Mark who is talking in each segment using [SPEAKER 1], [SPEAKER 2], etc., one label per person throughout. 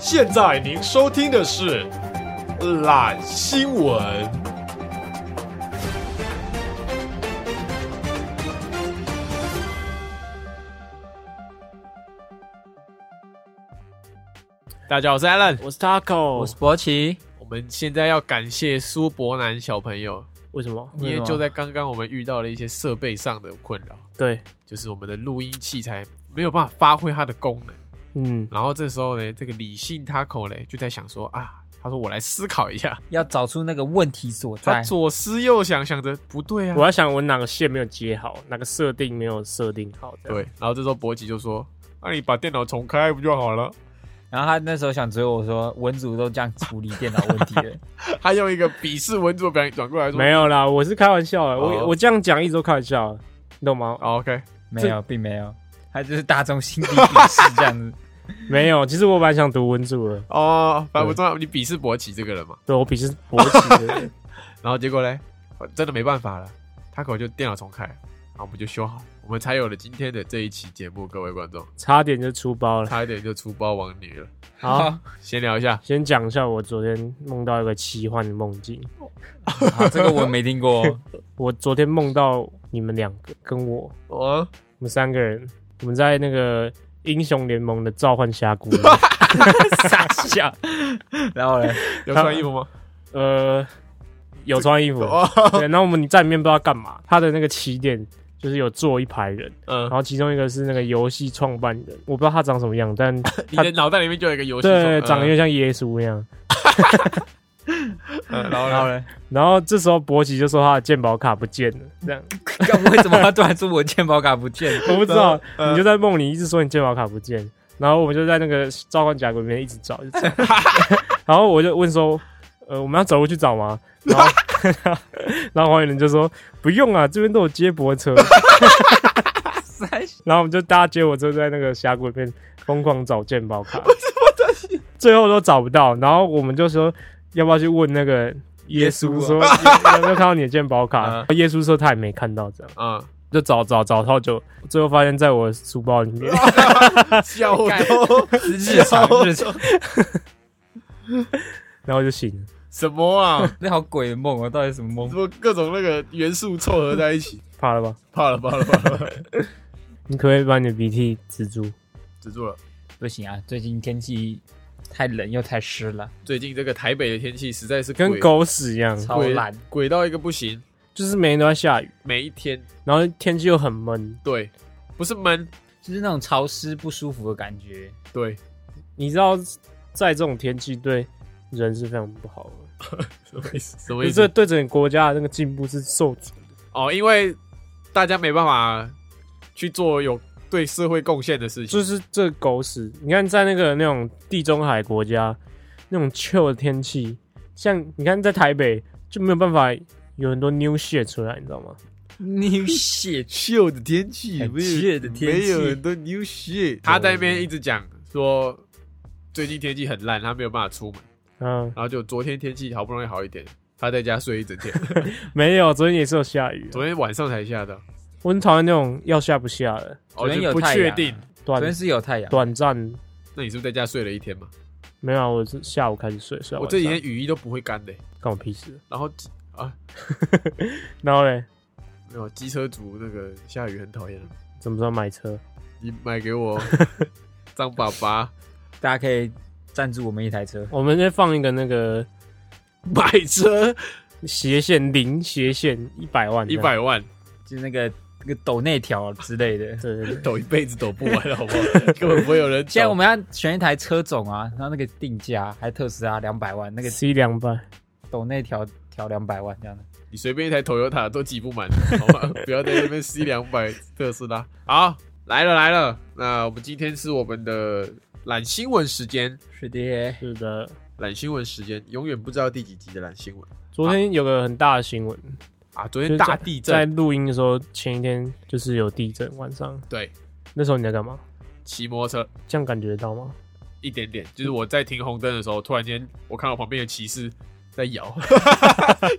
[SPEAKER 1] 现在您收听的是《懒新闻》。大家好，我是 Alan，
[SPEAKER 2] 我是 Taco，
[SPEAKER 3] 我是博奇。
[SPEAKER 1] 我们现在要感谢苏伯南小朋友，
[SPEAKER 2] 为什么？
[SPEAKER 1] 因为就在刚刚我们遇到了一些设备上的困扰，
[SPEAKER 2] 对，
[SPEAKER 1] 就是我们的录音器材没有办法发挥它的功能。
[SPEAKER 2] 嗯，
[SPEAKER 1] 然后这时候呢，这个理性 Taco 呢就在想说啊，他说我来思考一下，
[SPEAKER 3] 要找出那个问题所
[SPEAKER 1] 他
[SPEAKER 3] 在。
[SPEAKER 1] 左思右想，想着不对啊
[SPEAKER 2] 我，要想我哪个线没有接好，哪个设定没有设定好，这样
[SPEAKER 1] 对。然后这时候博吉就说：“那、你把电脑重开不就好了
[SPEAKER 3] 然后他那时候想追我说，文组都这样处理电脑问题了，？”
[SPEAKER 1] 他用一个鄙视文字的表情转过来说：“
[SPEAKER 2] 没有啦，我是开玩笑的，我、
[SPEAKER 1] 哦
[SPEAKER 2] 我这样讲一直都开玩笑的，你懂吗？
[SPEAKER 1] 哦，OK，
[SPEAKER 3] 没有，并没有，他就是大众心理鄙视这样子。
[SPEAKER 2] 没有，其实我蛮想读文组的，
[SPEAKER 1] 哦，反正不重要，你鄙视博奇这个人嘛。
[SPEAKER 2] 对我鄙视博士的，
[SPEAKER 1] 然后结果嘞，真的没办法了，Taco 就电脑重开，然后我们就修好，我们才有了今天的这一期节目。各位观众，
[SPEAKER 2] 差点就出包了。
[SPEAKER 1] 差一点就出包王女了。
[SPEAKER 2] 好，
[SPEAKER 1] 先聊一下，
[SPEAKER 2] 先讲一下我昨天梦到一个奇幻的梦境，
[SPEAKER 3] 好，这个我没听过哦。
[SPEAKER 2] 我昨天梦到你们两个跟我，
[SPEAKER 1] 我
[SPEAKER 2] 我们三个人，我们在那个英雄联盟的召唤峡谷里，
[SPEAKER 3] 傻笑。然后嘞，
[SPEAKER 1] 有穿衣服吗？
[SPEAKER 2] 呃，有穿衣服，
[SPEAKER 1] 哦，
[SPEAKER 2] 对，然后我们在里面不知道干嘛，他的那个起点就是有坐一排人，然
[SPEAKER 1] 嗯，
[SPEAKER 2] 后其中一个是那个游戏创办人，我不知道他长什么样，但
[SPEAKER 1] 你的脑袋里面就有一个游戏，呃
[SPEAKER 2] 对，长得
[SPEAKER 1] 一
[SPEAKER 2] 又像耶稣一样。
[SPEAKER 1] 嗯，然后
[SPEAKER 3] 然
[SPEAKER 1] 呢
[SPEAKER 3] 后？嘞，
[SPEAKER 2] 然后这时候博奇就说他的鉴宝卡不见了，这样
[SPEAKER 3] 干为什么他突然说我健保卡不见？
[SPEAKER 2] 我不知 道，
[SPEAKER 1] 嗯
[SPEAKER 2] 你就在梦里一直说你鉴宝卡不见，然后我们就在那个召唤甲骨里面一直找， 一直找然后我就问说，呃，我们要走路去找吗？然后 然后黄雨人就说不用啊，这边都有接驳 车，
[SPEAKER 3] 傻笑
[SPEAKER 2] 然后我们就搭接驳车在那个峡谷里面疯狂找鉴宝卡，最后都找不到，然后我们就说要不要去问那个耶稣啊嗯说有没有看到你的鉴宝卡？耶稣说他也没看到，这样
[SPEAKER 1] 嗯，
[SPEAKER 2] 就找找找好久，最后发现在我的书包里面。
[SPEAKER 1] 笑
[SPEAKER 3] 干
[SPEAKER 1] 到
[SPEAKER 3] 日常 日常，
[SPEAKER 2] 然后就醒了。
[SPEAKER 1] 什么啊？
[SPEAKER 3] 那好鬼梦啊，到底什么梦
[SPEAKER 1] 什？么各种那个元素凑合在一起，
[SPEAKER 2] 怕了吧？
[SPEAKER 1] 怕了怕了怕了，
[SPEAKER 2] 你可不可以把你的鼻涕止住？
[SPEAKER 1] 止住了。
[SPEAKER 3] 不行啊，最近天气太冷又太湿了，
[SPEAKER 1] 最近这个台北的天气实在是
[SPEAKER 2] 跟
[SPEAKER 1] 鬼
[SPEAKER 2] 狗屎一样，
[SPEAKER 3] 超
[SPEAKER 1] 鬼
[SPEAKER 3] 懒。
[SPEAKER 1] 鬼到一个不行，
[SPEAKER 2] 就是每天都在下雨，
[SPEAKER 1] 每一天
[SPEAKER 2] 然后天气又很闷。
[SPEAKER 1] 对，不是闷，
[SPEAKER 3] 就是那种潮湿不舒服的感觉。
[SPEAKER 1] 对，
[SPEAKER 2] 你知道，在这种天气对人是非常不好的，
[SPEAKER 1] 什么意思？什么
[SPEAKER 2] 就
[SPEAKER 1] 意
[SPEAKER 2] 这
[SPEAKER 1] 思？
[SPEAKER 2] 对整个国家的那个进步是受阻。
[SPEAKER 1] 哦，因为大家没办法去做有对社会贡献的事情
[SPEAKER 2] 就，是这狗屎，你看在那个那种地中海国家，那种 chill 的天气，像你看在台北就没有办法有很多 new shit 出来，你知道吗？
[SPEAKER 3] New shit，
[SPEAKER 1] 秀的天气
[SPEAKER 3] 很没有热的天气没有很
[SPEAKER 1] 多 new shit。他在那边一直讲说最近天气很烂，他没有办法出门，
[SPEAKER 2] 嗯，
[SPEAKER 1] 然后就昨天天气好不容易好一点，他在家睡一整天，
[SPEAKER 2] 没有，昨天也是有下雨啊、
[SPEAKER 1] 昨天晚上才下的，
[SPEAKER 2] 我很讨厌那种要下不下的，
[SPEAKER 1] 哦，
[SPEAKER 3] 昨天
[SPEAKER 1] 就
[SPEAKER 3] 有
[SPEAKER 1] 不
[SPEAKER 3] 太
[SPEAKER 1] 确
[SPEAKER 3] 阳啊
[SPEAKER 1] 定。
[SPEAKER 3] 昨
[SPEAKER 2] 短
[SPEAKER 3] 天是有太阳，
[SPEAKER 2] 短暂
[SPEAKER 1] 那你是不是在家睡了一天嘛？
[SPEAKER 2] 没有啊，我是下午开始睡，睡到
[SPEAKER 1] 我
[SPEAKER 2] 晚
[SPEAKER 1] 这几
[SPEAKER 2] 上
[SPEAKER 1] 天雨衣都不会干的、
[SPEAKER 2] 干我屁事。
[SPEAKER 1] 然后啊
[SPEAKER 2] 然后嘞，
[SPEAKER 1] 没有机车族那个下雨很讨厌，啊
[SPEAKER 2] 怎么知道买车？
[SPEAKER 1] 你买给 我张爸爸
[SPEAKER 3] 大家可以赞助我们一台车。
[SPEAKER 2] 我们再放一个那个
[SPEAKER 1] 买车
[SPEAKER 2] 斜线零斜线一百万这
[SPEAKER 1] 一
[SPEAKER 2] 样，
[SPEAKER 1] 百万，
[SPEAKER 3] 就是那个那个抖内条之类的。
[SPEAKER 2] 对对对，
[SPEAKER 1] 抖一辈子抖不完，好不 好？根本不会有人抖。
[SPEAKER 3] 现在我们要选一台车种啊，然后那个定价还特斯拉两百万，
[SPEAKER 2] 那
[SPEAKER 3] 那个
[SPEAKER 2] 个 C 两百，
[SPEAKER 3] 抖内条调两百万这样的。
[SPEAKER 1] 你随便一台 Toyota 都挤不 满，好吧？不要在那边 C 两百特斯拉。好，来了来了，那我们今天是我们的懒新闻时间，
[SPEAKER 3] 是的，
[SPEAKER 2] 是的。
[SPEAKER 1] 懒新闻时间永远不知道第几集的懒新闻
[SPEAKER 2] 昨天有个很大的新闻，
[SPEAKER 1] 啊！昨
[SPEAKER 2] 就
[SPEAKER 1] 天
[SPEAKER 2] 是
[SPEAKER 1] 啊大地
[SPEAKER 2] 在
[SPEAKER 1] 震，
[SPEAKER 2] 录音的时候，前一天就是有地震，晚上
[SPEAKER 1] 对，
[SPEAKER 2] 那时候你在干嘛？
[SPEAKER 1] 骑摩托车。
[SPEAKER 2] 这样感觉得到吗？
[SPEAKER 1] 一点点，就是我在停红灯的时候，突然间我看到旁边的骑士在摇，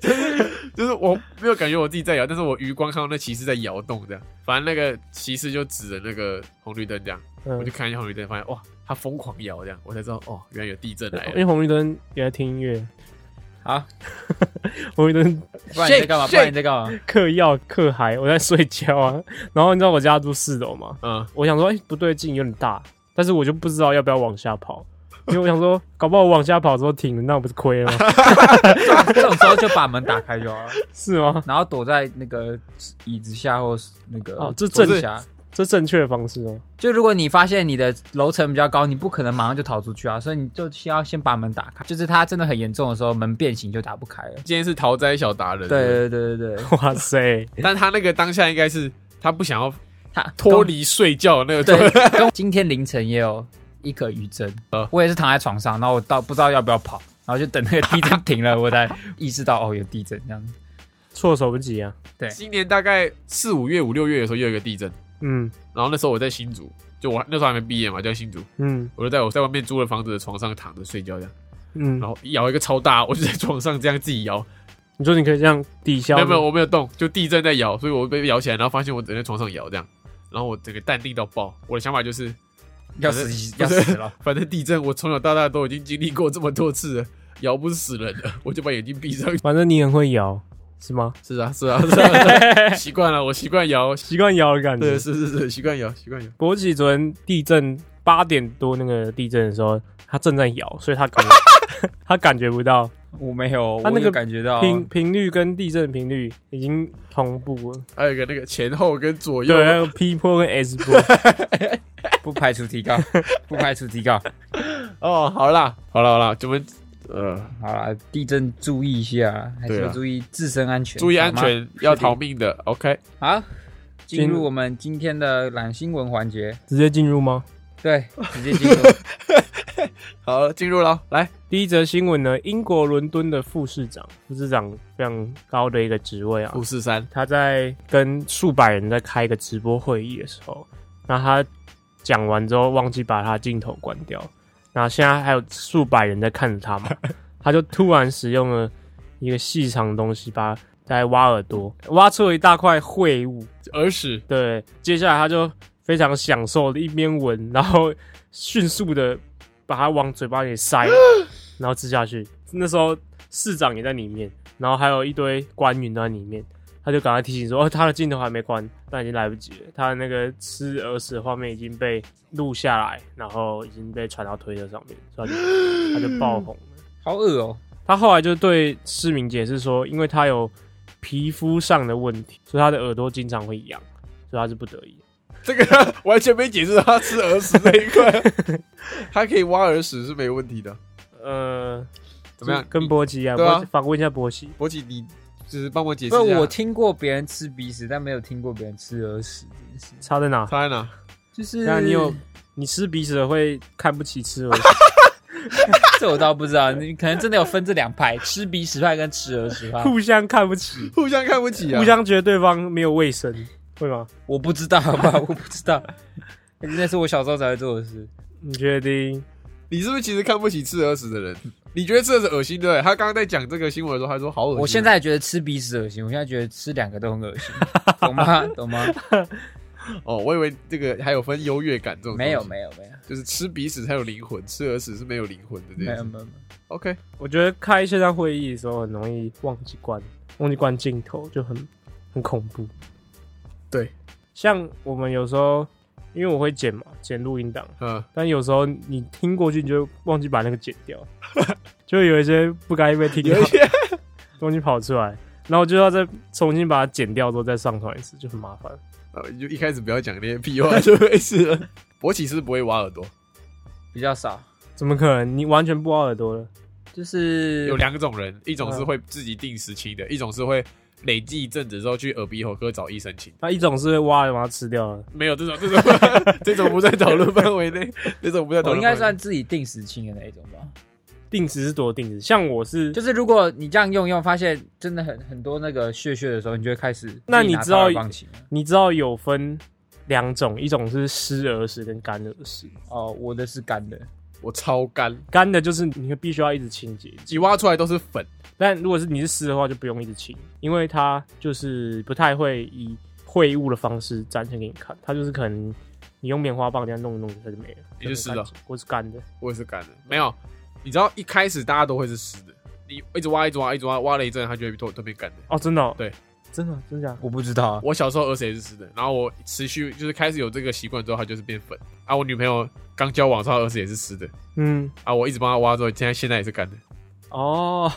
[SPEAKER 1] 就是就是我没有感觉我自己在摇，但是我余光看到那骑士在摇动这样，反正那个骑士就指着那个红绿灯这样，我
[SPEAKER 2] 嗯
[SPEAKER 1] 就，看一下红绿灯，发现哇，他疯狂摇这样，我才知道哦，原来有地震来
[SPEAKER 2] 因
[SPEAKER 1] 了
[SPEAKER 2] 为。红绿灯也在听音乐，
[SPEAKER 1] 啊
[SPEAKER 3] 好，
[SPEAKER 2] 红绿灯
[SPEAKER 3] 不然你在干嘛？
[SPEAKER 1] Shake, shake
[SPEAKER 3] 不然你在干嘛？
[SPEAKER 2] 嗑药嗑嗨，我在睡觉啊。 然后你知道我家住四楼嘛，
[SPEAKER 1] 嗯，
[SPEAKER 2] 我想说，哎、不对劲，有点大，但是我就不知道要不要往下跑，因为我想说，搞不好我往下跑之后停了，那我不是亏了吗？
[SPEAKER 3] 这种时候就把门打开就好了，
[SPEAKER 2] 是吗？
[SPEAKER 3] 然后躲在那个椅子下或是那个
[SPEAKER 2] 哦这
[SPEAKER 3] 桌
[SPEAKER 2] 正
[SPEAKER 3] 子下。
[SPEAKER 2] 这正确的方式哦。
[SPEAKER 3] 就如果你发现你的楼层比较高，你不可能马上就逃出去啊，所以你就先要先把门打开。就是它真的很严重的时候，门变形就打不开了。
[SPEAKER 1] 今天是逃灾小达人，是不是，
[SPEAKER 3] 对对对对 对，
[SPEAKER 2] 哇塞，
[SPEAKER 1] 但他那个当下应该是他不想要
[SPEAKER 3] 它
[SPEAKER 1] 脱离睡觉 那个状态
[SPEAKER 3] 对，跟今天凌晨也有一颗余震
[SPEAKER 1] 呃，
[SPEAKER 3] 我也是躺在床上，然后我到不知道要不要跑，然后就等那个地震停了，我才意识到哦有地震这样子。
[SPEAKER 2] 措手不及啊。
[SPEAKER 3] 对
[SPEAKER 1] 今年大概四五月、五六月的时候又有一个地震，
[SPEAKER 2] 嗯
[SPEAKER 1] 然后那时候我在新竹，就我那时候还没毕业嘛，就在新竹，
[SPEAKER 2] 嗯
[SPEAKER 1] 我就在我在外面租的房子的床上躺着睡觉这样，
[SPEAKER 2] 嗯
[SPEAKER 1] 然，后摇一个超大，我就在床上这样自己摇，
[SPEAKER 2] 你说你可以这样抵消
[SPEAKER 1] 没
[SPEAKER 2] 吗？
[SPEAKER 1] 有没有我没有动，就地震在摇，所以我被摇起来，然后发现我整个在床上摇这样，然后我整个淡定到爆，我的想法就是
[SPEAKER 3] 要死
[SPEAKER 1] 不
[SPEAKER 3] 要
[SPEAKER 1] 是
[SPEAKER 3] 死了！
[SPEAKER 1] 反正地震我从小到大都已经经历过这么多次了，摇不死人的， 我就把眼睛闭上。
[SPEAKER 2] 反正你很会摇，是吗？
[SPEAKER 1] 是啊是啊是啊， 习惯了，我习惯摇，
[SPEAKER 2] 习惯摇的感觉
[SPEAKER 1] 对，。是是是，习惯摇，习惯摇。
[SPEAKER 2] 国企昨天地震八点多那个地震的时候，他正在摇，所以他感 他感觉不到
[SPEAKER 3] 我没有，
[SPEAKER 2] 他
[SPEAKER 3] 我
[SPEAKER 2] 那个
[SPEAKER 3] 有感觉到
[SPEAKER 2] 频频率跟地震频率已经同步了。
[SPEAKER 1] 还有一个那个前后跟左右
[SPEAKER 2] 对，，还有 P 波跟 S 波，
[SPEAKER 3] 不排除提高，不排除提高。
[SPEAKER 1] 哦，好啦好啦好啦，我们呃
[SPEAKER 3] 好啦，地震注意一下，还是
[SPEAKER 1] 对啊
[SPEAKER 3] 要注意自身安全，
[SPEAKER 1] 注意安
[SPEAKER 3] 好吗。
[SPEAKER 1] 全，要逃命的。OK，
[SPEAKER 3] 好，进
[SPEAKER 2] 进
[SPEAKER 3] 入我们今天的懒新闻环节，
[SPEAKER 2] 直接进入吗？
[SPEAKER 3] 对，直接进入。
[SPEAKER 1] 好，进入了，来，
[SPEAKER 2] 第一则新闻呢，英国伦敦的副市长，副市长非常高的一个职位啊，
[SPEAKER 1] 五四三，
[SPEAKER 2] 他在跟数百人在开一个直播会议的时候，那他讲完之后忘记把他镜头关掉，那现在还有数百人在看着他嘛，他就突然使用了一个细长的东西把他在挖耳朵，挖出了一大块秽物，
[SPEAKER 1] 耳屎，
[SPEAKER 2] 对，接下来他就非常享受的一边闻，然后迅速的把它往嘴巴里塞，然后吃下去。那时候市长也在里面，然后还有一堆官员都在里面，他就赶快提醒说：“哦，他的镜头还没关，但已经来不及了。他的那个吃耳屎的画面已经被录下来，然后已经被传到推特上面，所以他就他就爆红了。”
[SPEAKER 3] 好恶哦、
[SPEAKER 2] 他后来就对市民解释说，因为他有皮肤上的问题，所以他的耳朵经常会痒，所以他是不得已。
[SPEAKER 1] 这个完全没解释他吃耳屎那一块， 他可以挖耳屎是没问题的。
[SPEAKER 2] 呃，
[SPEAKER 1] 怎么样？
[SPEAKER 2] 跟波奇啊，
[SPEAKER 1] 对啊
[SPEAKER 2] 波访问一下波奇。
[SPEAKER 1] 博起你就是帮我解释
[SPEAKER 3] 不
[SPEAKER 1] 一
[SPEAKER 3] 是
[SPEAKER 1] 下，
[SPEAKER 3] 我听过别人吃鼻屎，但没有听过别人吃耳屎这件事。
[SPEAKER 2] 差在哪？
[SPEAKER 1] 差在哪？
[SPEAKER 3] 就是，
[SPEAKER 2] 那你有你吃鼻屎的会看不起吃 耳屎？
[SPEAKER 3] 这我倒不知道，你可能真的有分这两派，吃鼻屎派跟吃耳屎派，
[SPEAKER 2] 互相看不起，
[SPEAKER 1] 互相看不起啊！
[SPEAKER 2] 互相觉得对方没有卫生，会吗？
[SPEAKER 3] 我不知道好吧，我不知道，那是我小时候才会做的事。
[SPEAKER 2] 你确定？
[SPEAKER 1] 你是不是其实看不起吃耳屎的人？你觉得吃耳屎恶心对不对？他刚刚在讲这个新闻的时候，他说好恶心。啊
[SPEAKER 3] 我现在觉得吃鼻屎恶心，我现在觉得吃两个都很恶心，懂吗？懂吗？
[SPEAKER 1] 哦，我以为这个还有分优越感这种东西，
[SPEAKER 3] 没有，没有，没有，
[SPEAKER 1] 就是吃鼻屎才有灵魂，吃耳屎是没有灵魂的这
[SPEAKER 3] 没有，
[SPEAKER 1] 件事。
[SPEAKER 3] 没有。没有
[SPEAKER 1] OK，
[SPEAKER 2] 我觉得开线上会议的时候很容易忘记关，忘记关镜头就很很恐怖。
[SPEAKER 1] 对，
[SPEAKER 2] 像我们有时候，因为我会剪嘛，剪录音档，
[SPEAKER 1] 嗯，
[SPEAKER 2] 但有时候你听过去，你就忘记把那个剪掉， 就有一些不该被听到
[SPEAKER 1] 有一 些
[SPEAKER 2] 的东西跑出来，然后就要再重新把它剪掉之后再上传一次，就很麻烦。
[SPEAKER 1] 呃你就一开始不要讲那些屁话就没事 了。勃起是不是不会挖耳朵，
[SPEAKER 3] 比较少，
[SPEAKER 2] 怎么可能？你完全不挖耳朵了？
[SPEAKER 3] 就是
[SPEAKER 1] 有两种
[SPEAKER 3] 嗯
[SPEAKER 1] 人，一种是会自己定时清的，一种是会累积一阵子之后去耳鼻喉科找医生清。
[SPEAKER 2] 那一种是挖了把它吃掉了，
[SPEAKER 1] 没有这种，这种 这种不在讨论范围 内，这种不在讨
[SPEAKER 3] 我
[SPEAKER 1] 论。
[SPEAKER 3] 应该算自己定时清的那一种吧。
[SPEAKER 2] 定时是多定时，像我是，
[SPEAKER 3] 就是如果你这样用用，发现真的很很多那个血血的时候，你就会开始
[SPEAKER 2] 那你知道
[SPEAKER 3] 放弃
[SPEAKER 2] 你知道有分两种，一种是湿耳屎跟干耳屎，
[SPEAKER 3] 哦，我的是干的，
[SPEAKER 1] 我超干，
[SPEAKER 2] 干的就是你必须要一直清洁，
[SPEAKER 1] 你挖出来都是粉，
[SPEAKER 2] 但如果是你是湿的话，就不用一直清，因为它就是不太会以会物的方式展现给你看，它就是可能你用棉花棒这样弄一弄，它就没了，
[SPEAKER 1] 你就湿了
[SPEAKER 2] 很干净，我是干的，
[SPEAKER 1] 我也是干的，没有，你知道一开始大家都会是湿的，你一直挖一直挖一直挖，挖了一阵它就会都都变干的。
[SPEAKER 2] 哦，真的、哦，
[SPEAKER 1] 对，
[SPEAKER 2] 真的真假的？
[SPEAKER 3] 我不知道啊，
[SPEAKER 1] 我小时候耳屎也是湿的，然后我持续就是开始有这个习惯之后，它就是变粉啊。我女朋友刚交往的时候，她耳屎也是湿的
[SPEAKER 2] 嗯，
[SPEAKER 1] 啊，我一直帮她挖之后，现在现在也是干的。
[SPEAKER 2] 哦，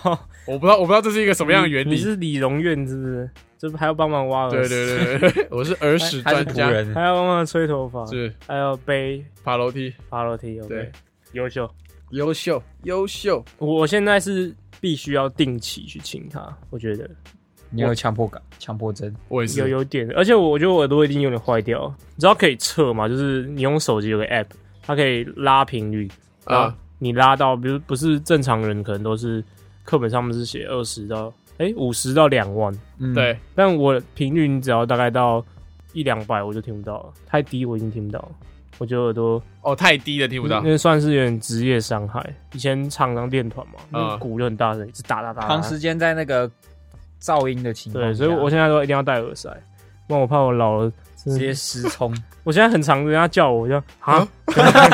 [SPEAKER 1] 我不知道 我不知道这是一个什么样的原
[SPEAKER 2] 你
[SPEAKER 1] 理。
[SPEAKER 2] 你是理容院是不是？就是还要帮忙挖耳
[SPEAKER 1] 对
[SPEAKER 2] 屎，
[SPEAKER 1] 对对对，我是耳屎
[SPEAKER 3] 他是
[SPEAKER 1] 专
[SPEAKER 3] 仆
[SPEAKER 1] 家，
[SPEAKER 3] 人
[SPEAKER 2] 还，要帮忙吹头发，
[SPEAKER 1] 是
[SPEAKER 2] 还要背
[SPEAKER 1] 爬楼梯，
[SPEAKER 2] 爬楼梯，OK，
[SPEAKER 1] 对
[SPEAKER 2] 优秀。
[SPEAKER 1] 优秀优秀。
[SPEAKER 2] 我我现在是必须要定期去清它，我觉得
[SPEAKER 3] 你有强迫感、强迫症，
[SPEAKER 1] 我也
[SPEAKER 2] 有
[SPEAKER 1] 是，
[SPEAKER 2] 有点，而且我我觉得我耳朵已经有点坏掉了。你知道可以测吗？就是你用手机有个 app，它可以拉频率，
[SPEAKER 1] 啊
[SPEAKER 2] 啊，你拉到，比如不是正常人可能都是课本上面是写二十到哎五十到两万，
[SPEAKER 3] 嗯，
[SPEAKER 1] 对，
[SPEAKER 2] 但我频率你只要大概到一两百我就听不到了，太低我已经听不到了。我觉得耳朵
[SPEAKER 1] 哦，太低了听不到。
[SPEAKER 2] 那算是有点职业伤害。以前常常练团嘛，那
[SPEAKER 1] 嗯
[SPEAKER 2] 鼓就很大声，一直打打打打
[SPEAKER 3] 长
[SPEAKER 2] 打。
[SPEAKER 3] 时间在那个噪音的情况
[SPEAKER 2] 啊对，
[SPEAKER 3] 下，
[SPEAKER 2] 所以
[SPEAKER 1] 嗯
[SPEAKER 2] 我现在都一定要戴耳塞，不然我怕我老了。
[SPEAKER 3] 直
[SPEAKER 2] 直
[SPEAKER 3] 接失聪
[SPEAKER 2] 我现在很常人家叫我，我就
[SPEAKER 1] 嗯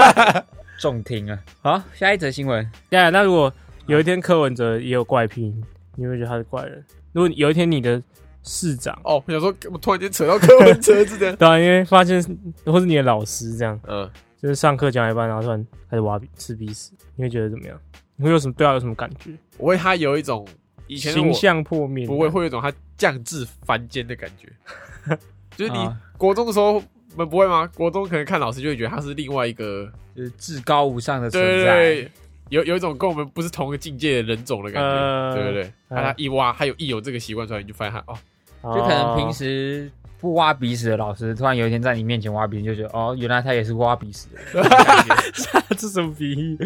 [SPEAKER 2] 啊，
[SPEAKER 3] 重听啊。 好，下一则新闻，
[SPEAKER 2] 对啊。那如果有一天柯文哲也有怪癖，你会觉得他是怪人。如果有一天你的市长，
[SPEAKER 1] 哦，我想说，我突然间扯到柯文哲是这 样。
[SPEAKER 2] 对啊，因为发现或是你的老师这样，
[SPEAKER 1] 嗯，
[SPEAKER 2] 就是上课讲一半，然后突然开始挖鼻吃鼻屎，你会觉得怎么样？你会有什么对他有什么感觉？
[SPEAKER 1] 我为他有一种以前的我
[SPEAKER 2] 形象破灭？
[SPEAKER 1] 不会，会有一种他降至凡间的感觉。就是你
[SPEAKER 3] 啊
[SPEAKER 1] 国中的时候，你们不会吗？国中可能看老师就会觉得他是另外一个，
[SPEAKER 3] 就是至高无上的存
[SPEAKER 1] 对对
[SPEAKER 3] 在，
[SPEAKER 1] 对，有有一种跟我们不是同一个境界的人种的感觉，
[SPEAKER 2] 呃
[SPEAKER 1] 对不对？
[SPEAKER 2] 呃
[SPEAKER 1] 啊他一挖，他有一有这个习惯出来，你就发现他哦，
[SPEAKER 2] 就
[SPEAKER 3] 就可能平时。不挖鼻屎的老师，突然有一天在你面前挖鼻屎，你就觉得哦，原来他也是挖鼻屎的。
[SPEAKER 2] 这什么 比喻？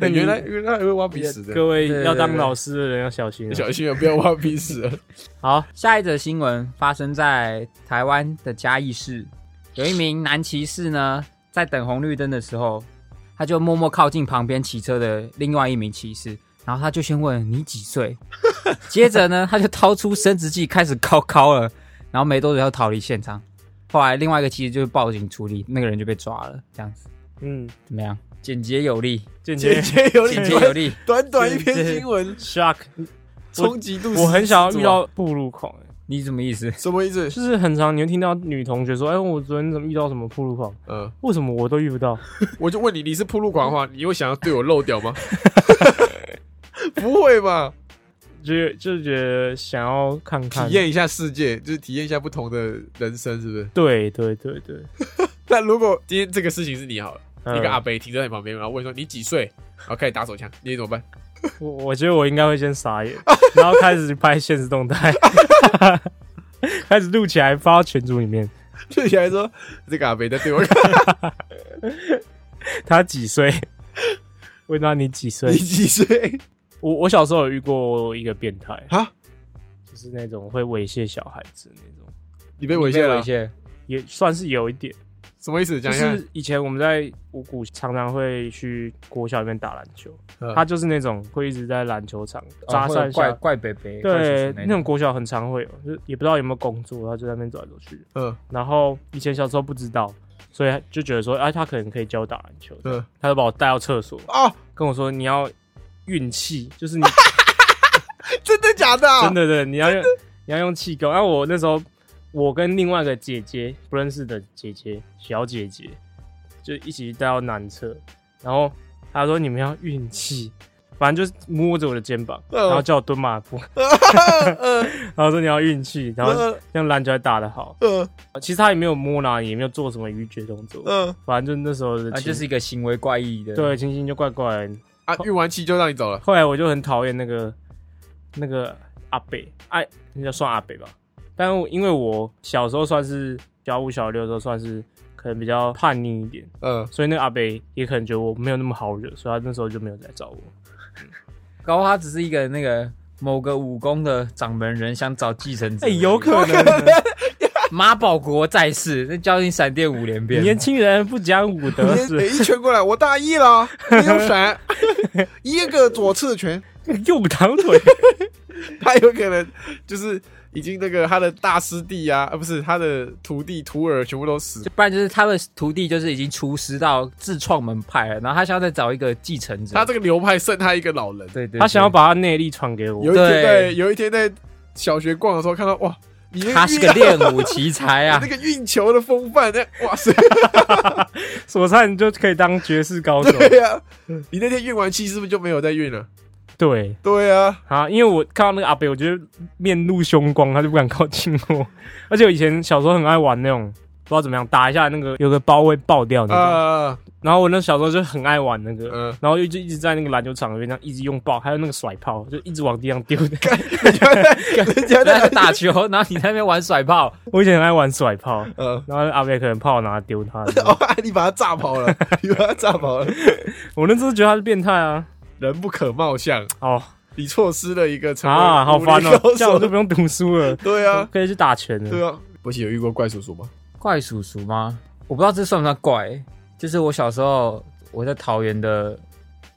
[SPEAKER 1] 对原来原来还会挖鼻屎的，
[SPEAKER 2] 各位
[SPEAKER 3] 对对对
[SPEAKER 2] 要当老师的人要小心啊。
[SPEAKER 1] 小心啊，不要挖鼻 屎了。
[SPEAKER 2] 好，
[SPEAKER 3] 下一则新闻发生在台湾的嘉义市，有一名男骑士呢，在等红绿灯的时候，他就默默靠近旁边骑车的另外一名骑士，然后他就先问你几岁， 接着呢，他就掏出生殖器开始敲敲了，然后没多久他就逃离现场。后来另外一个骑士就报警处理，那个人就被抓了。这样子
[SPEAKER 2] 嗯，
[SPEAKER 3] 怎么样？简洁有力，
[SPEAKER 2] 间接
[SPEAKER 1] 姐姐有
[SPEAKER 3] 简
[SPEAKER 1] 点
[SPEAKER 3] 洁有力。
[SPEAKER 1] 短短一篇
[SPEAKER 2] 姐姐
[SPEAKER 1] 新闻，
[SPEAKER 2] shock，
[SPEAKER 1] 冲击度
[SPEAKER 2] 我很想要遇
[SPEAKER 1] 十足啊
[SPEAKER 2] 到暴露狂、欸
[SPEAKER 3] 你什么意思？
[SPEAKER 1] 什么意思？
[SPEAKER 2] 就是很常你会听到女同学说：“哎、我昨天怎么遇到什么暴露狂？
[SPEAKER 1] 嗯，
[SPEAKER 2] 为什么我都遇不到
[SPEAKER 1] 我就问你，你是铺路狂的 话，你会想要对我漏掉吗？不会吧？？”
[SPEAKER 2] 就就觉得想要看看
[SPEAKER 1] 体，验一下世界，就是体验一下不同的人生，是不是？
[SPEAKER 2] 对对对对，
[SPEAKER 1] 那如果今天这个事情是你好了，
[SPEAKER 2] 嗯
[SPEAKER 1] 一个阿伯停在你旁边，然后问说你几岁，然后开始打手枪，你怎么办？
[SPEAKER 2] 我我觉得我应该会先傻眼，然后开始拍现实动态，开始录起来发到群组里面。
[SPEAKER 1] 就起来说 这个阿伯在对我干，
[SPEAKER 2] 他几岁？问到你几岁
[SPEAKER 1] 你？几岁？
[SPEAKER 2] 我我小时候有遇过一个变态
[SPEAKER 1] 啊，
[SPEAKER 2] 就是那种会猥亵小孩子的那种，
[SPEAKER 1] 你被猥亵了
[SPEAKER 3] 猥？亵，
[SPEAKER 2] 也算是有一点。
[SPEAKER 1] 什么意思？
[SPEAKER 2] 就
[SPEAKER 1] 讲一下。
[SPEAKER 2] 是以前我们在五谷常常会去国小里面打篮球，
[SPEAKER 1] 嗯
[SPEAKER 2] 他就是那种会一直在篮球场
[SPEAKER 3] 哦
[SPEAKER 2] 扎
[SPEAKER 3] 会有
[SPEAKER 2] 讪
[SPEAKER 3] 怪
[SPEAKER 2] 下，
[SPEAKER 3] 怪北北，怪叔
[SPEAKER 2] 对
[SPEAKER 3] 叔，
[SPEAKER 2] 那种国小很常会有，就是也不知道有没有工作，然后就在那边走来走去。
[SPEAKER 1] 嗯
[SPEAKER 2] 然后以前小时候不知道，所以就觉得说，哎、他可能可以教我打篮球，
[SPEAKER 1] 嗯
[SPEAKER 2] 他就把我带到厕所，
[SPEAKER 1] 哦，
[SPEAKER 2] 跟我说你要运气，就是你
[SPEAKER 1] 真的假的啊？
[SPEAKER 2] 真的对，你要用你要用气功。然后我那时候，我跟另外一个姐姐不认识的姐姐小姐姐，就一起带到男厕，然后她说你们要运气，反正就是摸着我的肩膀，
[SPEAKER 1] 嗯
[SPEAKER 2] 然后叫我蹲马步，
[SPEAKER 1] 呃
[SPEAKER 2] 然后说你要运气，然后
[SPEAKER 1] 嗯
[SPEAKER 2] 让篮球还打得好。
[SPEAKER 1] 嗯
[SPEAKER 2] 其实她也没有摸哪里，也没有做什么逾矩动作，
[SPEAKER 1] 嗯
[SPEAKER 2] 反正就那时候的
[SPEAKER 3] 啊，
[SPEAKER 2] 情
[SPEAKER 3] 就是一个行为怪异的，，
[SPEAKER 2] 对情形就怪怪的。
[SPEAKER 1] 啊，运完气就让你走了。
[SPEAKER 2] 后来我就很讨厌那个那个阿北，哎，那叫算阿北吧。但我因为我小时候算是小五小六的时候，算是可能比较叛逆一点，
[SPEAKER 1] 嗯，
[SPEAKER 2] 所以那个阿北也可能觉得我没有那么好惹，所以他那时候就没有来找我。
[SPEAKER 3] 搞不好他只是一个那个某个武功的掌门人想找继承者，
[SPEAKER 2] 哎、有可能，
[SPEAKER 3] 马保国在世，那教你闪电五连鞭，
[SPEAKER 2] 年轻人不讲武 德
[SPEAKER 1] 你
[SPEAKER 2] 是
[SPEAKER 1] 你一拳过来，我大意了，没有 闪，一个左刺拳，
[SPEAKER 2] 右堂腿，
[SPEAKER 1] 他有可能就是已经那个他的大师弟啊，啊不是他的徒弟徒儿全部都死
[SPEAKER 3] 就不然就是他们徒弟就是已经出师到自创门派了，然后他想要再找一个继承者。
[SPEAKER 1] 他这个流派剩他一个老人。
[SPEAKER 3] 对对，
[SPEAKER 2] 他想要把
[SPEAKER 3] 把
[SPEAKER 2] 他内力传给我
[SPEAKER 1] 有一。天
[SPEAKER 3] 对
[SPEAKER 1] 在有一天在小学逛的时候看到哇，你那
[SPEAKER 3] 他是
[SPEAKER 1] 运
[SPEAKER 3] 个练武奇 才啊
[SPEAKER 1] 那！个运球的风范，那哇塞，
[SPEAKER 2] 所差你就可以当绝世高手。
[SPEAKER 1] 对啊呀、你那天运完气是不是就没有再运了？
[SPEAKER 2] 对
[SPEAKER 1] 对啊，
[SPEAKER 2] 啊，因为我看到那个阿北，我觉得面露凶光，他就不敢靠近我。 而且我以前小时候很爱玩那种，不知道怎么样打一下那个有个包会爆掉的、
[SPEAKER 1] 啊，
[SPEAKER 2] 然后我那小时候就很爱玩那个，
[SPEAKER 1] 嗯
[SPEAKER 2] 然后就一直在那个篮球场那边这样一直用爆，还有那个甩炮，就一直往地 上丢。
[SPEAKER 1] 人家
[SPEAKER 3] 他在
[SPEAKER 1] 在
[SPEAKER 3] 打球，然后你在那边玩甩炮，
[SPEAKER 2] 我以前很爱玩甩炮，
[SPEAKER 1] 呃，
[SPEAKER 2] 然后阿北可能炮拿来丢他。
[SPEAKER 1] 哦，你把他炸跑 了，你把他炸跑了，
[SPEAKER 2] 我那时候觉得他是变态啊！
[SPEAKER 1] 人不可貌相，
[SPEAKER 2] 哦
[SPEAKER 1] 你错失了一个成为
[SPEAKER 2] 啊，好
[SPEAKER 1] 武林
[SPEAKER 2] 烦哦、
[SPEAKER 1] 高
[SPEAKER 2] 这样
[SPEAKER 1] 手
[SPEAKER 2] 我就嗯不用读书了，
[SPEAKER 1] 对啊，
[SPEAKER 2] 可以去打拳了。
[SPEAKER 1] 对啊，不是有遇过怪叔叔吗？
[SPEAKER 3] 怪叔叔吗？我不知道这算不算怪、就是我小时候我在桃园的，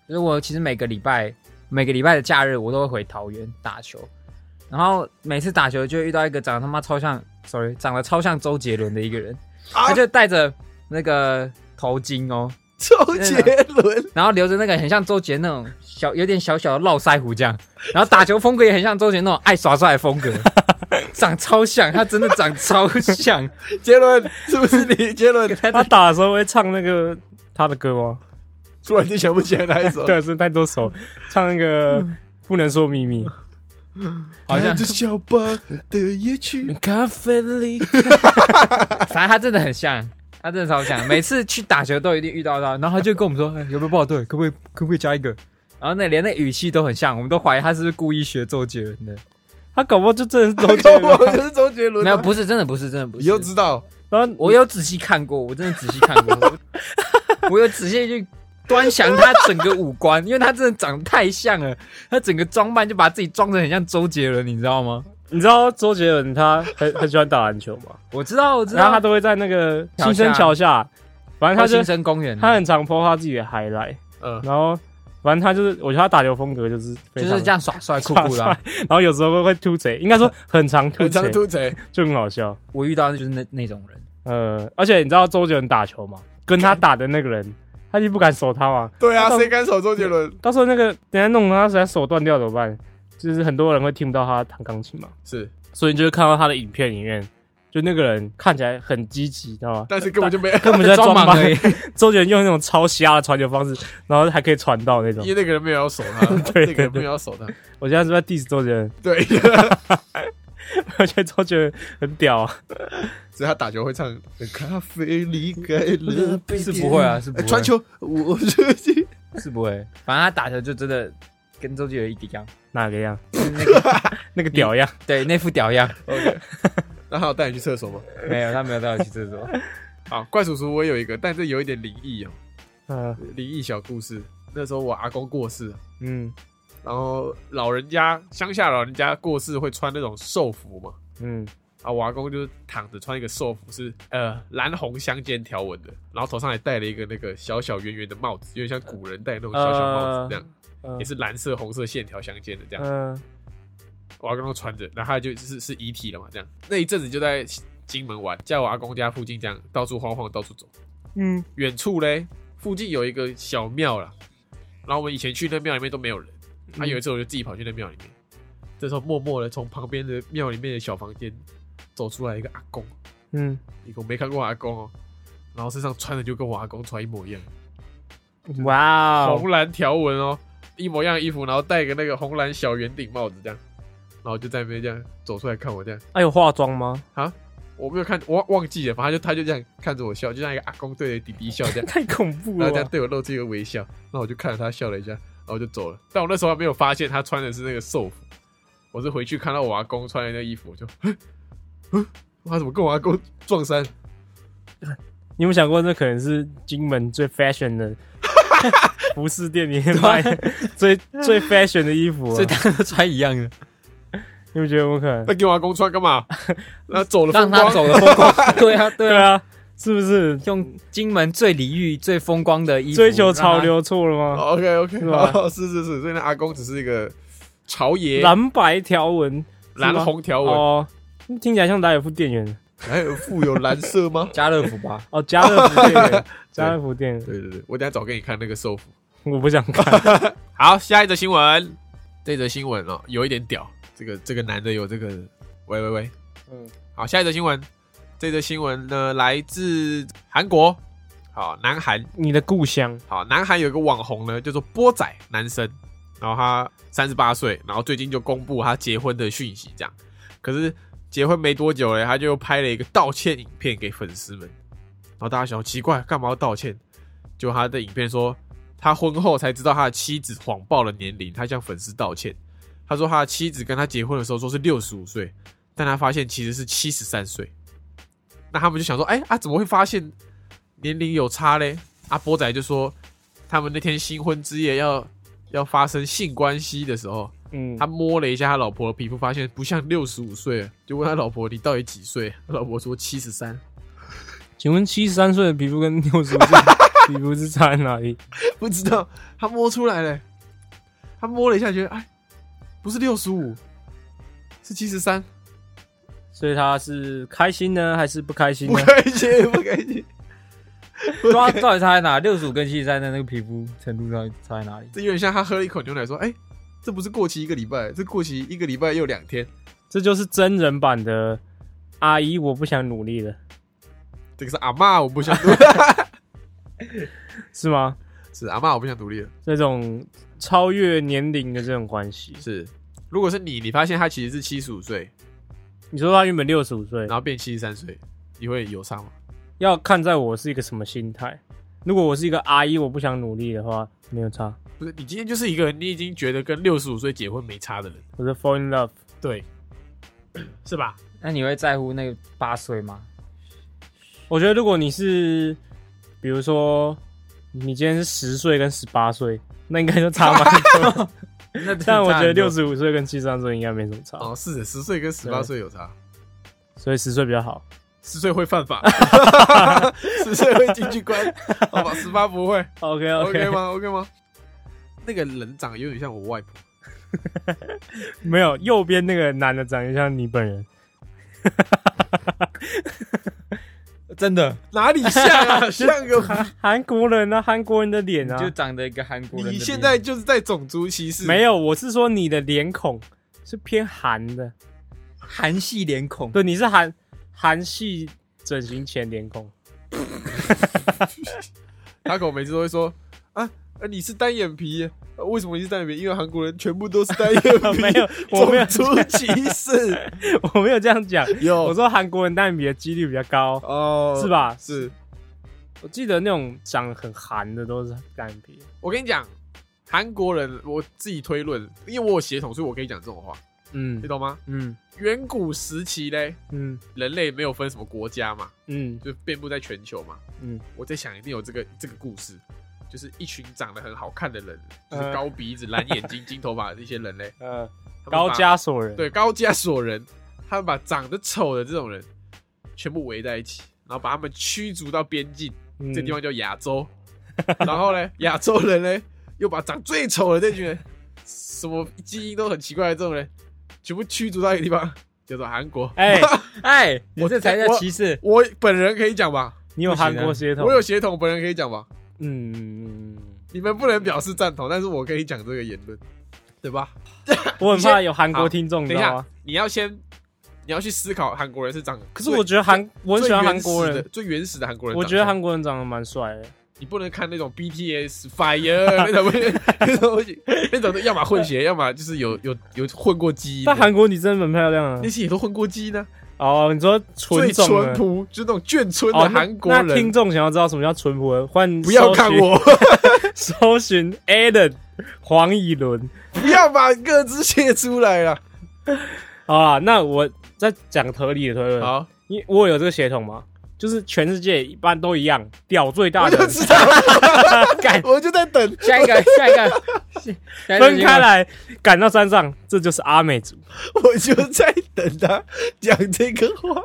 [SPEAKER 3] 就是我其实每个礼拜每个礼拜的假日我都会回桃园打球，然后每次打球就会遇到一个长得他妈超像，sorry，长得超像周杰伦的一个人，
[SPEAKER 1] 啊
[SPEAKER 3] 他就戴着那个头巾哦，
[SPEAKER 1] 周杰伦，
[SPEAKER 3] 然后留着那个很像周杰那种小有点小小的络腮胡这样，然后打球风格也很像周杰那种爱耍帅的风格，长超像，他真的长超像。
[SPEAKER 1] 杰伦是不是你？杰伦
[SPEAKER 2] 他打的时候会唱那个他的歌吗？
[SPEAKER 1] 突然间想不起来哪一首，
[SPEAKER 2] 对，是太多首，唱那个不能说秘密。
[SPEAKER 3] 好像
[SPEAKER 1] 看着小巴的夜曲，
[SPEAKER 2] 咖啡里，
[SPEAKER 3] 反正他真的很像，他真的超 像。每次去打球都一定遇到他，然后他就跟我们说：“哎、有没有报对？可不可以可不可以加一个？”然后那连那语气都很像，我们都怀疑他是不是故意学周杰伦的。
[SPEAKER 2] 他搞不好就真的是 周杰
[SPEAKER 1] 周
[SPEAKER 2] 伦。
[SPEAKER 1] 我就是周杰伦
[SPEAKER 3] 没
[SPEAKER 1] 啊，
[SPEAKER 3] 有，不是真的，不是真的，不。
[SPEAKER 1] 你就是知道，
[SPEAKER 2] 然后
[SPEAKER 3] 我有仔细看过，我真的仔细看 过，我有仔细去端详他整个五官，因为他真的长得太像了，他整个装扮就把自己装得很像周杰伦，你知道吗？
[SPEAKER 2] 你知道周杰伦他很很喜欢打篮球吗？
[SPEAKER 3] 我知道，我知道，
[SPEAKER 2] 然后他都会在那个
[SPEAKER 3] 桥下
[SPEAKER 2] 新生桥下，反正
[SPEAKER 3] 他
[SPEAKER 2] 他就
[SPEAKER 3] 新生公园，
[SPEAKER 2] 他很常 po 他自己的 highlight，
[SPEAKER 1] 嗯，
[SPEAKER 2] 然后反正他就是我觉得他打球风格就是非
[SPEAKER 3] 就
[SPEAKER 2] 常
[SPEAKER 3] 是这样耍帅酷酷的 啊、
[SPEAKER 2] 耍然后有时候会吐嘴，应该说很常吐
[SPEAKER 1] 很
[SPEAKER 2] 嘴
[SPEAKER 1] 常，吐贼，
[SPEAKER 2] 就很好笑。
[SPEAKER 3] 我遇到的就是那那种人。
[SPEAKER 2] 呃，而且你知道周杰伦打球吗？跟他打的那个人，他就不敢守他嘛。
[SPEAKER 1] 对啊，
[SPEAKER 2] 他
[SPEAKER 1] 谁敢守周杰伦？
[SPEAKER 2] 到时候那个等下弄他，实在手断掉怎么办？就是很多人会听不到他弹钢琴嘛，
[SPEAKER 1] 是，
[SPEAKER 2] 所以你就会看到他的影片里面，就那个人看起来很积极，知 道吗？
[SPEAKER 1] 但是根本就没，
[SPEAKER 2] 根本就在装
[SPEAKER 3] 忙
[SPEAKER 2] 忙
[SPEAKER 3] 而已。
[SPEAKER 2] 周杰伦用那种超瞎的传球方式，然后还可以传到那种
[SPEAKER 1] 因。为那个人没有要守他，
[SPEAKER 2] 对
[SPEAKER 1] 那个人没有要守他，
[SPEAKER 2] 我现在是不是在 diss 周杰伦，
[SPEAKER 1] 对，
[SPEAKER 2] 我觉得周杰伦很屌、啊。
[SPEAKER 1] 所以他打球会唱咖啡离开了，
[SPEAKER 3] 是不会啊，是不
[SPEAKER 1] 哎，
[SPEAKER 3] 会。
[SPEAKER 1] 传球，我自己，
[SPEAKER 3] 是不会，反正他打球就真的跟周杰伦一样，
[SPEAKER 2] 哪个样？
[SPEAKER 3] 就是那个
[SPEAKER 2] 那个屌样。
[SPEAKER 3] 对那副屌样。
[SPEAKER 1] 然后带你去厕所吗？
[SPEAKER 3] 没有，他没有带我去厕所。
[SPEAKER 1] 啊，怪叔叔我有一个，但这有一点灵异哦，
[SPEAKER 2] 嗯
[SPEAKER 1] 灵异小故事。那时候我阿公过世，
[SPEAKER 2] 嗯
[SPEAKER 1] 然后老人家乡下老人家过世会穿那种寿服嘛，
[SPEAKER 2] 嗯，
[SPEAKER 1] 啊，我阿公就是躺着穿一个寿服，是呃蓝红相间条纹的，然后头上还戴了一个那个小小圆圆的帽子，有点像古人戴那种小小帽子这样，
[SPEAKER 2] 嗯
[SPEAKER 3] 呃
[SPEAKER 1] 也是蓝色红色线条相间的这样。
[SPEAKER 2] 嗯
[SPEAKER 1] 我阿公都穿着，然后他就是是遗体了嘛，这样那一阵子就在金门玩，在我阿公家附近这样到处晃晃，到处走。
[SPEAKER 2] 嗯
[SPEAKER 1] 远处嘞，附近有一个小庙啦，然后我们以前去那庙里面都没有人，他、有一次我就自己跑去那庙里面，这时候默默的从旁边的庙里面的小房间走出来一个阿公，
[SPEAKER 2] 嗯，
[SPEAKER 1] 一个我没看过的阿公哦、然后身上穿的就跟我阿公穿一模一样，
[SPEAKER 2] 哇哦
[SPEAKER 1] 红蓝条纹哦，一模一样的衣服，然后戴个那个红蓝小圆顶帽子这样，然后就在那边这样走出来看我这样，
[SPEAKER 2] 啊，有化妆吗？
[SPEAKER 1] 我没有看，我忘忘记了，反正他就他就这样看着我笑，就像一个阿公对着弟弟笑这样。
[SPEAKER 2] 太恐怖
[SPEAKER 1] 然后
[SPEAKER 2] 了
[SPEAKER 1] 他
[SPEAKER 2] 吧！
[SPEAKER 1] 对我露出一个微笑，然后我就看着他笑了一下，然后我就走了。但我那时候还没有发现他穿的是那个寿服，我是回去看到我阿公穿的那衣服，我就， 嗯，嗯他怎么跟我阿公撞衫？
[SPEAKER 2] 你有没有想过，这可能是金门最 fashion 的服饰店里面卖的最最 fashion 的衣服、啊
[SPEAKER 3] 所以？大家都穿一样的，
[SPEAKER 2] 你们觉得有没有可能？
[SPEAKER 1] 那给我阿公穿干嘛？那走了
[SPEAKER 3] 让
[SPEAKER 1] 风
[SPEAKER 3] 他
[SPEAKER 1] 光，
[SPEAKER 3] 走了风光。 对啊，对
[SPEAKER 2] 对
[SPEAKER 3] 啊，
[SPEAKER 2] 啊，是不是
[SPEAKER 3] 用金门最礼遇、最风光的衣服，？
[SPEAKER 2] 追求潮流错了吗？
[SPEAKER 1] OK OK，
[SPEAKER 2] 是吧
[SPEAKER 1] 哦，是是是，所以那阿公只是一个朝爷，
[SPEAKER 2] 蓝白条纹，
[SPEAKER 1] 蓝
[SPEAKER 2] 是吗
[SPEAKER 1] 红条纹，
[SPEAKER 2] 哦，听起来像莱尔夫店员，
[SPEAKER 1] 莱尔富有蓝色吗
[SPEAKER 3] 家乐福吧
[SPEAKER 2] 哦，家乐福店员，家乐福店员，
[SPEAKER 1] 对对对，我等一下找给你看那个寿服。
[SPEAKER 2] 我不想看。
[SPEAKER 1] 好，下一则新闻，这则新闻哦，有一点屌。这个这个男的有这个，喂喂喂，
[SPEAKER 2] 嗯，
[SPEAKER 1] 好，下一则新闻，这则新闻呢来自韩国，好，南韩，
[SPEAKER 2] 你的故乡
[SPEAKER 1] 好，南韩有一个网红呢，叫做波仔男生，然后他三十八岁，然后最近就公布他结婚的讯息，这样。可是结婚没多久嘞，他就拍了一个道歉影片给粉丝们，然后大家想奇怪，干嘛要道歉？就他的影片说，他婚后才知道他的妻子谎报了年龄，他向粉丝道歉。他说他的妻子跟他结婚的时候说是六十五岁，但他发现其实是七十三岁。那他们就想说，哎、啊，怎么会发现年龄有差嘞？阿波仔就说，他们那天新婚之夜要要发生性关系的时候，
[SPEAKER 2] 嗯，
[SPEAKER 1] 他摸了一下他老婆的皮肤，发现不像六十五岁，就问他老婆你到底几岁？他老婆说七十三，
[SPEAKER 2] 请问七十三岁的皮肤跟六十五岁的皮肤是差在哪里？
[SPEAKER 1] 不知道他摸出来了，他摸了一下觉得哎，不是六十五，是七十三，
[SPEAKER 2] 所以他是开心呢，还是不开心
[SPEAKER 1] 不
[SPEAKER 2] 呢？
[SPEAKER 1] 开心 不开心，
[SPEAKER 3] 对啊，到底差在哪？六十五跟七十三的那个皮肤程度到底差在哪里？
[SPEAKER 1] 这有点像他喝了一口牛奶说哎。这不是过期一个礼拜，这过期一个礼拜又两天，
[SPEAKER 2] 这就是真人版的阿姨，我不想努力了，
[SPEAKER 1] 这个是阿嬷，我不想独立，
[SPEAKER 2] 是吗？
[SPEAKER 1] 是阿嬷，我不想独立了。
[SPEAKER 2] 这种超越年龄的这种关系，
[SPEAKER 1] 是，如果是你，你发现他其实是七十五岁，
[SPEAKER 2] 你说他原本六十五岁
[SPEAKER 1] 然，后变七十三岁，你会有差吗？
[SPEAKER 2] 要看在我是一个什么心态。如果我是一个阿姨，我不想努力的话，没有差，
[SPEAKER 1] 不是，你今天就是一个你已经觉得跟六十五岁结婚没差的人，
[SPEAKER 2] 我是 fall in love。
[SPEAKER 1] 对，是吧？
[SPEAKER 3] 那你会在乎那个八岁吗？
[SPEAKER 2] 我觉得如果你是，比如说你今天是十岁跟十八岁，那应该就差蛮 多。
[SPEAKER 3] 那
[SPEAKER 2] 但我觉得六
[SPEAKER 3] 十
[SPEAKER 2] 十五岁跟七十三岁应该没什么差，
[SPEAKER 1] 哦，是的，十岁跟十八岁有差，
[SPEAKER 2] 所以十岁比较好。
[SPEAKER 1] 十岁会犯 法，十岁会进去关，好吧，十八不会
[SPEAKER 2] OK
[SPEAKER 1] ，OK 吗？OK 吗？那个人长得有点像我外婆，
[SPEAKER 2] 没有，右边那个男的长得像你 本人，
[SPEAKER 3] 真的
[SPEAKER 1] 哪里像 啊？像个
[SPEAKER 2] 韩韩国人啊，韩国人的脸啊，
[SPEAKER 3] 就长得一个韩国人的
[SPEAKER 1] 你
[SPEAKER 3] 脸。
[SPEAKER 1] 现在就是在种族歧视，
[SPEAKER 2] 没有，我是说你的脸孔是偏韩的，
[SPEAKER 3] 韩系脸孔，
[SPEAKER 2] 对，你是韩韩系整形前脸孔，
[SPEAKER 1] 他口每次都会说啊，呃你是单眼皮耶、呃为什么你是单眼皮？因为韩国人全部都是 单眼皮，
[SPEAKER 2] 没有我没有
[SPEAKER 1] 种族歧 视，
[SPEAKER 2] 我没有 这样讲，
[SPEAKER 1] 有
[SPEAKER 2] 我说韩国人单眼皮的几率比较高，
[SPEAKER 1] 哦，
[SPEAKER 2] 是？吧？
[SPEAKER 1] 是
[SPEAKER 2] 我记得那种长得很韩的都是单眼皮，
[SPEAKER 1] 我跟你讲，韩国人我自己推论，因为我有血统，所以我可以讲这种话，
[SPEAKER 2] 嗯
[SPEAKER 1] 你懂吗？
[SPEAKER 2] 嗯
[SPEAKER 1] 远古时期嘞，
[SPEAKER 2] 嗯
[SPEAKER 1] 人类没有分什么国家嘛，
[SPEAKER 2] 嗯
[SPEAKER 1] 就遍布在全球嘛。
[SPEAKER 2] 嗯，
[SPEAKER 1] 我在想，一定有这个这个故事，就是一群长得很好看的人，就
[SPEAKER 2] 呃
[SPEAKER 1] 是高鼻子、蓝眼 睛、金头发的一些人类，
[SPEAKER 2] 呃，
[SPEAKER 1] 他们
[SPEAKER 2] 高
[SPEAKER 1] 把
[SPEAKER 2] 加索人，
[SPEAKER 1] 对高加索人，他们把长得丑的这种人全部围在一起，然后把他们驱逐到边境，
[SPEAKER 2] 嗯
[SPEAKER 1] 这地方叫亚洲。 然后呢，亚洲人呢又把长最丑的这群人，什么基因都很奇怪的这种人，全部驱逐到一个地方，叫做韩国。
[SPEAKER 2] 哎，
[SPEAKER 3] 哎，你
[SPEAKER 1] 我
[SPEAKER 3] 这才叫
[SPEAKER 1] 我
[SPEAKER 3] 歧视。
[SPEAKER 1] 我本人可以讲吧，
[SPEAKER 2] 你有
[SPEAKER 3] 不行啊
[SPEAKER 2] 韩国血统？
[SPEAKER 1] 我有血统，本人可以讲吧。
[SPEAKER 2] 嗯，
[SPEAKER 1] 你们不能表示赞同，但是我可以讲这个言论，对吧？
[SPEAKER 2] 我很怕有韩国听众，你
[SPEAKER 1] 等
[SPEAKER 2] 知
[SPEAKER 1] 一
[SPEAKER 2] 道
[SPEAKER 1] 下
[SPEAKER 2] 吗？，
[SPEAKER 1] 你要先，你要去思考韩国人是长。
[SPEAKER 2] 可是我觉得韩，我很喜欢韩
[SPEAKER 1] 最原
[SPEAKER 2] 国
[SPEAKER 1] 始
[SPEAKER 2] 人
[SPEAKER 1] 的，最原始的韩国人。
[SPEAKER 2] 我觉得韩，国人长得蛮帅的。
[SPEAKER 1] 你不能看那种 BTS、Fire 那种那种东西，那种要么混 血，要么就是有有有混过基因的。
[SPEAKER 2] 但韩国女真的蛮漂亮啊
[SPEAKER 1] 那。些也都混过基因呢，
[SPEAKER 2] 哦，你说纯
[SPEAKER 1] 最
[SPEAKER 2] 种
[SPEAKER 1] 淳
[SPEAKER 2] 的
[SPEAKER 1] 朴，就是那种眷村
[SPEAKER 2] 哦
[SPEAKER 1] 的
[SPEAKER 2] 那
[SPEAKER 1] 韩国
[SPEAKER 2] 那
[SPEAKER 1] 人
[SPEAKER 2] 听。众想要知道什么叫淳朴的，欢迎
[SPEAKER 1] 不要看我，
[SPEAKER 2] 搜寻， 搜寻 Alan 黄以伦。
[SPEAKER 1] 不要把各自写出来了。
[SPEAKER 2] 好啦，啊那我再讲合理的推论，
[SPEAKER 1] 好，
[SPEAKER 2] 因为我有这个血统嘛，就是全世界一般都一样，屌最大
[SPEAKER 1] 我
[SPEAKER 2] 的
[SPEAKER 1] 就知道，
[SPEAKER 2] 干
[SPEAKER 1] 我就在等。
[SPEAKER 3] 下 一个，下一个，下一个
[SPEAKER 2] 分开。来赶到山上，这就是阿美族。
[SPEAKER 1] 我就在等他讲这个话。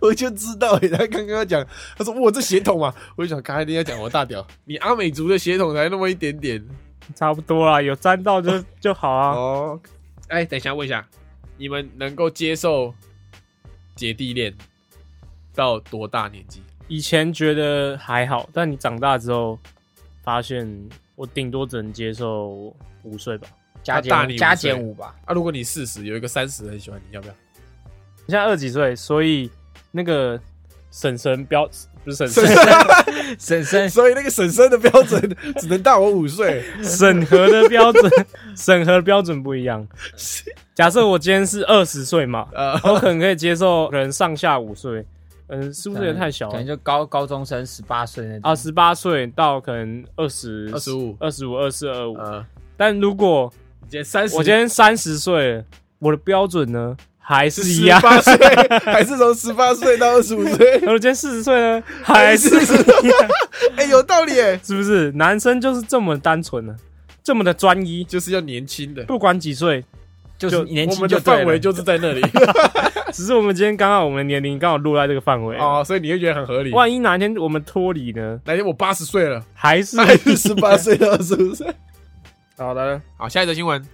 [SPEAKER 1] 我就知道、欸，他刚刚讲，他说我这血统嘛，我就想刚才人家讲我大屌，你阿美族的血统才那么一点点
[SPEAKER 2] 差不多啦，有沾到就就好啊。
[SPEAKER 1] 哦。哎，等一下问一下，你们能够接受姐弟恋到多大年纪？
[SPEAKER 2] 以前觉得还好，但你长大之后发现，我顶多只能接受五岁吧。
[SPEAKER 3] 加
[SPEAKER 1] 他大
[SPEAKER 3] 减
[SPEAKER 1] 你
[SPEAKER 3] 五
[SPEAKER 1] 五
[SPEAKER 3] 加
[SPEAKER 1] 岁
[SPEAKER 3] 减五吧。
[SPEAKER 1] 啊，如果你四十有一个三十很喜欢你，要不要？
[SPEAKER 2] 你现在二十几岁，所以那个婶婶标不是婶婶，
[SPEAKER 3] 婶婶
[SPEAKER 1] 啊 所以那个婶婶的标准只能大我五岁。
[SPEAKER 2] 审核的标准，审核标准不一 样。假设我今天是二十岁嘛，
[SPEAKER 1] 呃，
[SPEAKER 2] 我可能可以接受可能上下五岁，嗯，是不是也太小
[SPEAKER 3] 可能
[SPEAKER 2] 了？
[SPEAKER 3] 就高高中生十八岁那种。
[SPEAKER 2] 啊，十八岁到可能二十、
[SPEAKER 1] 25
[SPEAKER 2] 二十五、嗯二四、二五。
[SPEAKER 1] 呃，
[SPEAKER 2] 但如果
[SPEAKER 1] 你今天三十，
[SPEAKER 2] 我今天三十岁了，我的标准呢还是一
[SPEAKER 1] 十
[SPEAKER 2] 样。
[SPEAKER 1] 八岁，还是从十八岁到二十五岁？
[SPEAKER 2] 而我今天四十岁呢，还是一样，
[SPEAKER 1] 哎、有道理哎，
[SPEAKER 2] 是不是？男生就是这么单纯呢、这么的专一，
[SPEAKER 1] 就是要年轻的，
[SPEAKER 2] 不管几岁，
[SPEAKER 3] 就是
[SPEAKER 2] 就
[SPEAKER 3] 年
[SPEAKER 1] 我
[SPEAKER 3] 轻
[SPEAKER 1] 们
[SPEAKER 3] 就
[SPEAKER 1] 的
[SPEAKER 3] 对了
[SPEAKER 1] 范围就是在那里
[SPEAKER 2] 只是我们今天刚好我们的年龄刚好落在这个范围。
[SPEAKER 1] 哦，所以你会觉得很合理。
[SPEAKER 2] 万一哪一天我们脱离呢，
[SPEAKER 1] 哪天我八十岁了，
[SPEAKER 2] 还是
[SPEAKER 1] 还是十八岁到二十五岁？
[SPEAKER 2] 好的。
[SPEAKER 1] 好，下一则新闻，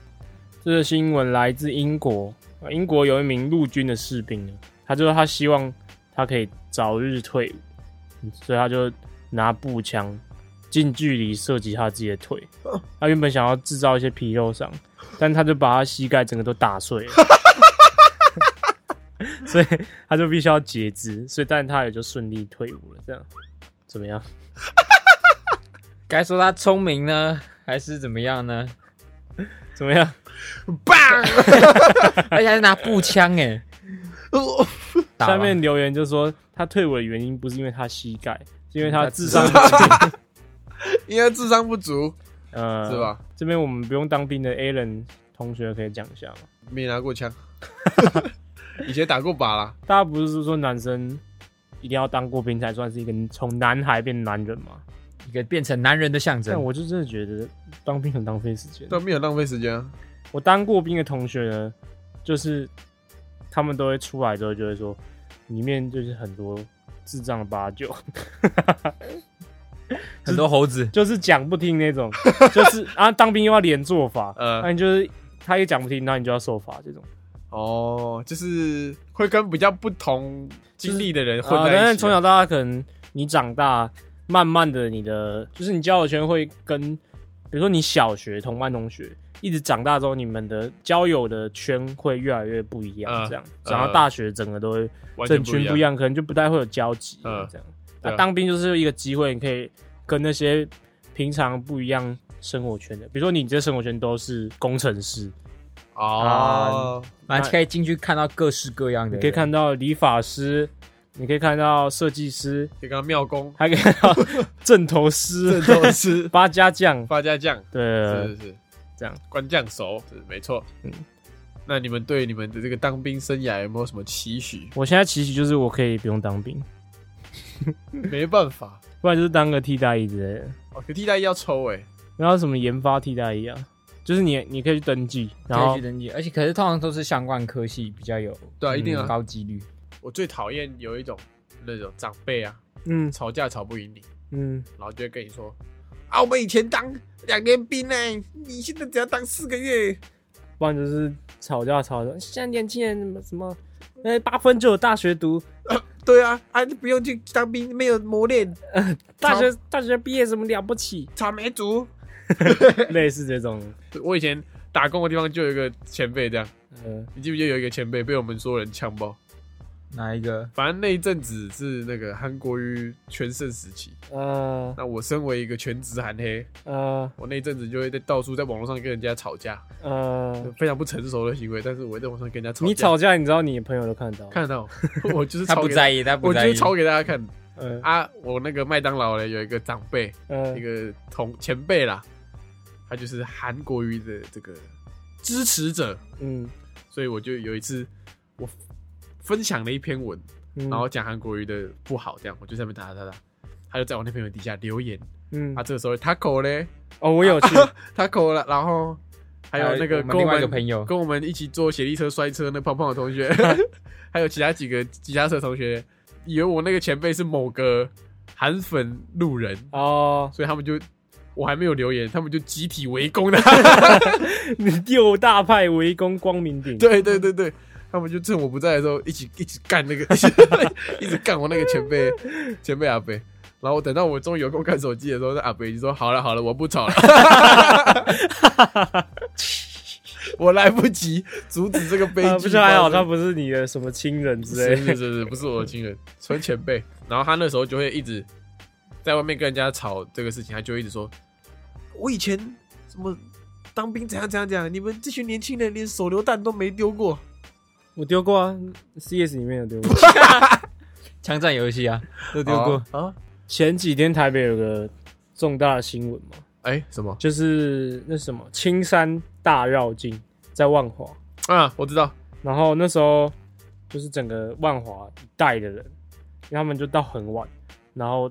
[SPEAKER 2] 这个新闻来自英国，呃英国有一名陆军的士兵呢，他就说他希望他可以早日退伍，嗯所以他就拿步枪近距离射击他自己的腿。他原本想要制造一些皮肉伤，但他就把他膝盖整个都打碎了， 所以他就必须要截肢。所以，但他也就顺利退伍了。这样怎么样？
[SPEAKER 3] 该说他聪明呢，还是怎么样呢？
[SPEAKER 2] 怎么样？
[SPEAKER 1] 棒！
[SPEAKER 3] 而且还是拿步枪哎、打吧
[SPEAKER 2] 下面留言就说他退伍的原因不是因为他膝盖，是因为他智商
[SPEAKER 3] 他智
[SPEAKER 1] 应该智商不足
[SPEAKER 2] 呃，
[SPEAKER 1] 是？吧？
[SPEAKER 2] 这边我们不用当兵的 Alan 同学可以讲一下吗？
[SPEAKER 1] 没拿过枪， 以前打过靶啦，
[SPEAKER 2] 大家不是说男生一定要当过兵才算是一个从男孩变男人吗？
[SPEAKER 3] 一个变成男人的象
[SPEAKER 2] 但
[SPEAKER 3] 征。
[SPEAKER 2] 我就真的觉得当兵很浪费时间。
[SPEAKER 1] 但没有浪费时间啊。
[SPEAKER 2] 我当过兵的同学呢，就是他们都会出来之后就会说，里面就是很多智障的八九，
[SPEAKER 3] 很多猴子，
[SPEAKER 2] 就是讲不听那种，就是啊，当兵又要连坐法，
[SPEAKER 1] 呃
[SPEAKER 2] 那、你就是他也讲不听，那你就要受罚这种。
[SPEAKER 1] 哦，就是会跟比较不同经历的人混
[SPEAKER 2] 啊，但
[SPEAKER 1] 在
[SPEAKER 2] 是
[SPEAKER 1] 一起
[SPEAKER 2] 从
[SPEAKER 1] 啊。
[SPEAKER 2] 小到大，可能你长大，慢慢的你的就是你交友圈会跟，比如说你小学同班同学，一直长大之后，你们的交友的圈会越来越不一样，
[SPEAKER 1] 嗯
[SPEAKER 2] 这样、
[SPEAKER 1] 嗯
[SPEAKER 2] 长到大学，整个都会
[SPEAKER 1] 完全
[SPEAKER 2] 整群不
[SPEAKER 1] 一
[SPEAKER 2] 一
[SPEAKER 1] 样，
[SPEAKER 2] 样，可能就不太会有交集，
[SPEAKER 1] 嗯
[SPEAKER 2] 这样。那、
[SPEAKER 1] 对啊
[SPEAKER 2] 当兵就是一个机会，你可以跟那些平常不一样生活圈的，比如说你这生活圈都是工程师，
[SPEAKER 1] 哦，
[SPEAKER 3] 反正可以进去看到各式各样的
[SPEAKER 2] 你
[SPEAKER 3] 人，
[SPEAKER 2] 可以看到理发师，你可以看到设计师，、
[SPEAKER 1] 可以跟他妙工
[SPEAKER 2] 还可以看到 正头师
[SPEAKER 1] 郑、州吃
[SPEAKER 2] 八家 将，
[SPEAKER 1] 发家 酱，
[SPEAKER 2] 对
[SPEAKER 1] 是，是是，
[SPEAKER 2] 这样
[SPEAKER 1] 官将熟，是没错。
[SPEAKER 2] 嗯？
[SPEAKER 1] 嗯，那你们对你们的这个当兵生涯有没有什么期许
[SPEAKER 2] 我现在期许就是我可以不用当兵，
[SPEAKER 1] 没办法，
[SPEAKER 2] 不然就是当个替代役之类的。
[SPEAKER 1] 哦，可替代役要抽哎、
[SPEAKER 2] 然后什么研发替代役啊，就是你你可以去登记，然
[SPEAKER 3] 可以
[SPEAKER 2] 后
[SPEAKER 3] 去登记，而且可是通常都是相关科系比较有
[SPEAKER 1] 对啊，一定
[SPEAKER 2] 嗯
[SPEAKER 1] 啊。
[SPEAKER 3] 高几率。
[SPEAKER 1] 我最讨厌有一种那种长辈啊，
[SPEAKER 2] 嗯
[SPEAKER 1] 吵架吵不赢你，
[SPEAKER 2] 嗯，
[SPEAKER 1] 然后就会跟你说啊，我们以前当两年兵呢、你现在只要当四个月。
[SPEAKER 2] 不然就是吵架吵架。现在年轻人什么什么，哎八分就有大学读，
[SPEAKER 1] 对啊，啊，不用去当兵，没有磨练，
[SPEAKER 2] 大学大学毕业什么了不 起，
[SPEAKER 1] 草莓族。
[SPEAKER 2] 类似这种，
[SPEAKER 1] 我以前打工的地方就有一个前辈这样，
[SPEAKER 2] 呃，
[SPEAKER 1] 你记不记得有一个前辈被我们所有人呛爆？
[SPEAKER 3] 哪一个？
[SPEAKER 1] 反正那一阵子是那个韩国瑜全盛时期，
[SPEAKER 2] 呃
[SPEAKER 1] 那我身为一个全职韩黑，
[SPEAKER 2] 呃
[SPEAKER 1] 我那一阵子就会在到处在网络上跟人家吵架，
[SPEAKER 2] 呃，
[SPEAKER 1] 非常不成熟的行为，但是我会在网上跟人家吵架。
[SPEAKER 2] 你吵架，你知道你朋友都看得到，
[SPEAKER 1] 看得到， 我就是
[SPEAKER 3] 他
[SPEAKER 1] 吵
[SPEAKER 3] 不
[SPEAKER 1] 给
[SPEAKER 3] 在意，他不
[SPEAKER 1] 我就
[SPEAKER 3] 在意
[SPEAKER 1] 是。吵给大家看
[SPEAKER 2] 呃
[SPEAKER 1] 啊！我那个麦当劳嘞有一个长辈，
[SPEAKER 2] 呃
[SPEAKER 1] 一，个同前辈啦，他就是韩国瑜的这个支持者，
[SPEAKER 2] 嗯
[SPEAKER 1] 所以我就有一次我分享了一篇文，
[SPEAKER 2] 嗯，
[SPEAKER 1] 然后讲韩国瑜的不好，这样我就在那边打打打打，他就在我那篇文底下留言，
[SPEAKER 2] 嗯
[SPEAKER 1] 啊，，这个时候 Taco 嘞
[SPEAKER 2] 哦，我 有去，
[SPEAKER 1] ，Taco 了，然后还有那个
[SPEAKER 3] 我们
[SPEAKER 1] 跟我
[SPEAKER 3] 另外一
[SPEAKER 1] 们
[SPEAKER 3] 个朋友
[SPEAKER 1] 跟我们一起坐斜力车摔车那胖胖的同 学，还有其他几个其他社同学，以为我那个前辈是某个韩粉路人，
[SPEAKER 2] 哦，
[SPEAKER 1] 所以他们就我还没有留言，他们就集体围攻他。
[SPEAKER 2] 你 六大派围攻光明顶，啊
[SPEAKER 1] 对对对对，他们就趁我不在的时候，一起一起 干那个，一直干我那个前辈前辈阿伯。然后等到我终于有空看手机的时候，那阿伯已经说：“好了好了，我不吵了。” 我来不及阻止这个悲剧、
[SPEAKER 2] 啊，不是还好他不是你的什么亲人之类
[SPEAKER 1] 是是
[SPEAKER 2] 的，
[SPEAKER 1] 是是，不是我的亲人，纯前辈。然后他那时候就会一直在外面跟人家吵这个事情，他就会一直说：“我以前什么当兵怎样怎样怎样，你们这群年轻人连手榴弹都没丢过。
[SPEAKER 2] 我丢过啊，CS 里面有丢过。
[SPEAKER 3] 枪战游戏啊，
[SPEAKER 1] 都
[SPEAKER 3] 丢过
[SPEAKER 1] 啊？
[SPEAKER 2] 前几天台北有个重大的新闻嘛，
[SPEAKER 1] 哎、什么
[SPEAKER 2] 就是那什么青山大绕境在万华，
[SPEAKER 1] 啊？我知道，
[SPEAKER 2] 然后那时候就是整个万华一带的人，因为他们就到很晚，然后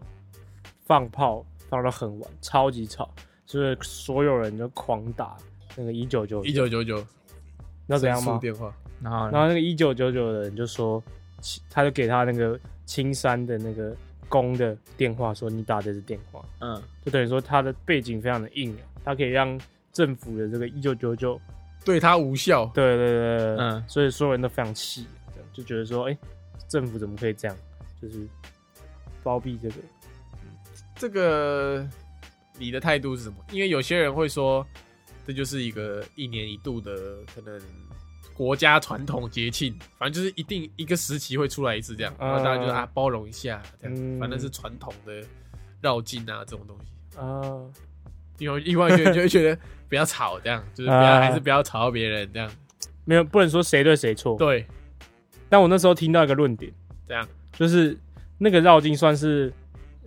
[SPEAKER 2] 放炮放到很晚，超级吵，就是所有人就狂打那个一九九
[SPEAKER 1] 一，九九九，
[SPEAKER 2] 那怎样
[SPEAKER 1] 申诉
[SPEAKER 2] 吗？
[SPEAKER 1] 电话
[SPEAKER 3] 然后
[SPEAKER 2] 然
[SPEAKER 3] 呢
[SPEAKER 2] 后那个一九九九的人就说，其他就给他那个青山的那个公的电话，说你打这支电话，
[SPEAKER 3] 嗯，
[SPEAKER 2] 就等于说他的背景非常的硬啊，他可以让政府的这个一九九九，
[SPEAKER 1] 对他无效。
[SPEAKER 2] 对对对对，对
[SPEAKER 3] 嗯
[SPEAKER 2] 所以所有人都非常气，这样就觉得说，哎、政府怎么可以这样，就是包庇这个，
[SPEAKER 1] 这个你的态度是什么？因为有些人会说，这就是一个一年一度的可能国家传统节庆，反正就是一定一个时期会出来一次这样，
[SPEAKER 2] 嗯
[SPEAKER 1] 然后大家就是啊包容一下这样，
[SPEAKER 2] 嗯
[SPEAKER 1] 反正是传统的绕境啊这种东西。
[SPEAKER 2] 啊，
[SPEAKER 1] 因为另外一个人就会觉得不要吵这样，就是不要
[SPEAKER 2] 啊
[SPEAKER 1] 还是不要吵到别人这样。
[SPEAKER 2] 没有不能说谁对谁错，
[SPEAKER 1] 对，
[SPEAKER 2] 但我那时候听到一个论点，
[SPEAKER 1] 这样
[SPEAKER 2] 就是那个绕境算是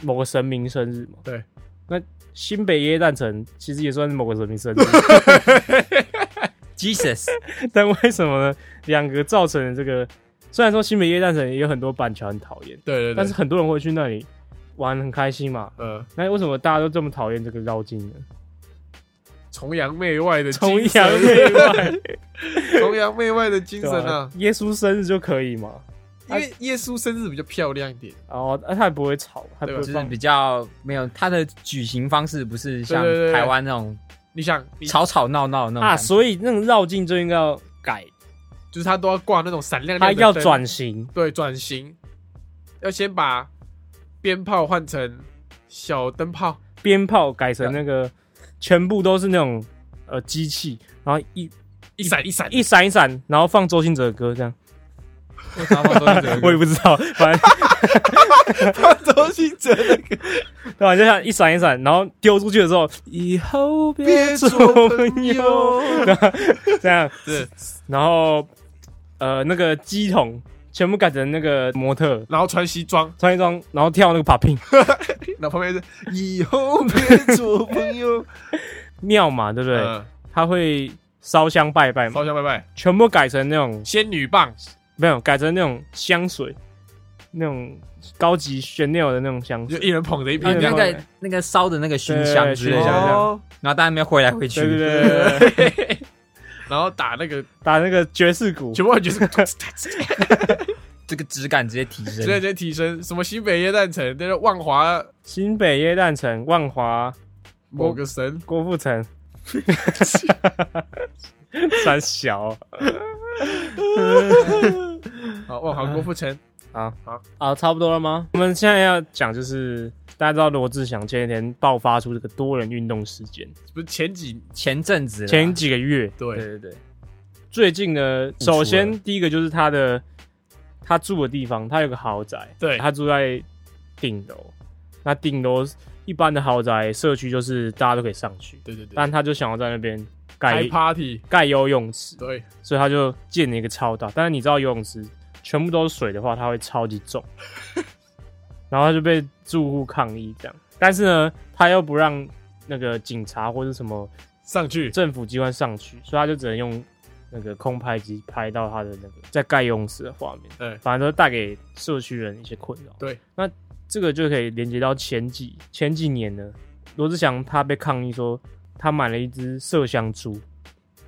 [SPEAKER 2] 某个神明生日嘛，
[SPEAKER 1] 对，
[SPEAKER 2] 那新北耶诞城其实也算是某个神明生日，
[SPEAKER 3] Jesus，
[SPEAKER 2] 但为什么呢？两个造成的这个，虽然说新北耶诞城也有很多板桥很讨厌。
[SPEAKER 1] 对对
[SPEAKER 2] 但是
[SPEAKER 1] 对，
[SPEAKER 2] 很多人会去那里玩，很开心嘛。
[SPEAKER 1] 呃，
[SPEAKER 2] 那为什么大家都这么讨厌这个绕境呢？
[SPEAKER 1] 崇洋媚外的
[SPEAKER 2] 崇
[SPEAKER 1] 精神啊
[SPEAKER 2] 洋媚外，
[SPEAKER 1] 崇洋媚外的精
[SPEAKER 2] 对
[SPEAKER 1] 神
[SPEAKER 2] 吧、
[SPEAKER 1] 啊！
[SPEAKER 2] 耶稣生日就可以嘛？
[SPEAKER 1] 因为耶稣生日比较漂亮一点，
[SPEAKER 2] 哦，那、他也不会吵，他不
[SPEAKER 1] 对
[SPEAKER 2] 会
[SPEAKER 3] 就是
[SPEAKER 2] 放
[SPEAKER 3] 比较没有他的举行方式，不是像
[SPEAKER 1] 对对对
[SPEAKER 3] 台湾那种
[SPEAKER 1] 你想，你
[SPEAKER 3] 吵吵闹闹的那种
[SPEAKER 2] 啊，
[SPEAKER 3] 感觉
[SPEAKER 2] 所以那种绕境就应该要改，
[SPEAKER 1] 就是他都要挂那种闪亮亮
[SPEAKER 2] 他
[SPEAKER 1] 的
[SPEAKER 2] 要
[SPEAKER 1] 灯
[SPEAKER 2] 转型。
[SPEAKER 1] 对转型，要先把鞭炮换成小灯泡，
[SPEAKER 2] 鞭炮改成那个全部都是那种呃机器，然后一
[SPEAKER 1] 一闪一闪
[SPEAKER 2] 一闪一闪，然后放周兴哲的歌这样。
[SPEAKER 3] 为什么要放周杰伦
[SPEAKER 2] 我也不知道，反正
[SPEAKER 1] 嗯 周星哲的歌，
[SPEAKER 2] 对吧？啊就像一闪一闪，然后丢出去的时候，以后
[SPEAKER 1] 别
[SPEAKER 2] 别
[SPEAKER 1] 做
[SPEAKER 2] 做
[SPEAKER 1] 朋
[SPEAKER 2] 朋
[SPEAKER 1] 友
[SPEAKER 2] 友，这样。
[SPEAKER 1] 是，
[SPEAKER 2] 然后呃那个鸡桶全部改成那个模特
[SPEAKER 1] 然后穿西装，
[SPEAKER 2] 穿西装，然后跳那个 popping
[SPEAKER 1] 然后旁边是以后别做朋友，
[SPEAKER 2] 庙嘛， 对不对？
[SPEAKER 1] 嗯，
[SPEAKER 2] 他会烧香拜拜嘛，
[SPEAKER 1] 烧香拜拜，
[SPEAKER 2] 全部改成那种
[SPEAKER 1] 仙女棒，
[SPEAKER 2] 没有改成那种香水，那种高级 Chanel 的那种香
[SPEAKER 1] 就
[SPEAKER 2] 水，
[SPEAKER 1] 一人捧着一瓶
[SPEAKER 3] 啊
[SPEAKER 1] 这
[SPEAKER 3] 那
[SPEAKER 1] 样，
[SPEAKER 3] 个那个烧的那个熏香之类
[SPEAKER 2] 对对对
[SPEAKER 3] 的，
[SPEAKER 1] 哦
[SPEAKER 3] 然后大家没有挥来挥去
[SPEAKER 2] 对，对对对对，
[SPEAKER 1] 然后打那个，
[SPEAKER 2] 打那个爵士 鼓，
[SPEAKER 1] 全部人就是
[SPEAKER 3] 这个质感直接提
[SPEAKER 1] 直接直
[SPEAKER 3] 升。
[SPEAKER 1] 接提升，什么西北耶诞城，那个万华
[SPEAKER 2] 新北耶诞城、万华、
[SPEAKER 1] 某个 神，
[SPEAKER 2] 郭富城。三小
[SPEAKER 1] 好，万华郭富城，
[SPEAKER 2] 啊，差不多了吗？我们现在要讲就是，大家知道罗志祥前几天爆发出这个多人运动事件，
[SPEAKER 1] 不是前几
[SPEAKER 3] 前阵子啦，
[SPEAKER 2] 前几个月，
[SPEAKER 1] 对
[SPEAKER 3] 对对对，
[SPEAKER 2] 最近呢，
[SPEAKER 3] 出了
[SPEAKER 2] 首先第一个就是他的他住的地方，他有个豪宅，
[SPEAKER 1] 对
[SPEAKER 2] 他住在顶楼。那顶楼一般的豪宅社区就是大家都可以上去，
[SPEAKER 1] 对对对，
[SPEAKER 2] 但他就想要在那边盖
[SPEAKER 1] 开 party，
[SPEAKER 2] 盖游泳池，
[SPEAKER 1] 对，
[SPEAKER 2] 所以他就建了一个超大。但是你知道游泳池全部都是水的话，它会超级 重，然后他就被住户抗议这样。但是呢，他又不让那个警察或者什么
[SPEAKER 1] 上去
[SPEAKER 2] 政府机关上去，所以他就只能用那个空拍机拍到他的那个在盖游泳池的画面。
[SPEAKER 1] 对
[SPEAKER 2] 反正都带给社区人一些困扰。
[SPEAKER 1] 对，
[SPEAKER 2] 那这个就可以连接到前几前几年呢，罗志祥他被抗议说他买了一只麝香猪，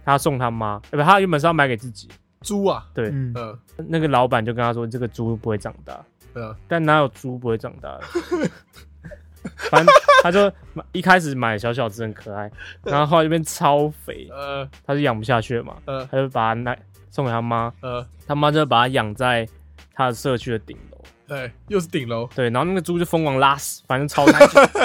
[SPEAKER 2] 他送他妈，呃不，他原本是要买给自己，
[SPEAKER 1] 猪啊，
[SPEAKER 2] 对，
[SPEAKER 3] 嗯，
[SPEAKER 1] 嗯
[SPEAKER 2] 那个老板就跟他说这个猪不会长大，
[SPEAKER 1] 嗯，
[SPEAKER 2] 但哪有猪不会长大的？反正他就买一开始买小小只很可爱，然后后来就变超肥，
[SPEAKER 1] 呃
[SPEAKER 2] 他就养不下去了嘛，
[SPEAKER 1] 呃
[SPEAKER 2] 他就把它拿送给他妈，
[SPEAKER 1] 呃，
[SPEAKER 2] 他妈就把它养在他的社区的顶楼。
[SPEAKER 1] 对，哎又是顶楼，
[SPEAKER 2] 对，然后那个猪就疯狂拉屎，反 正超，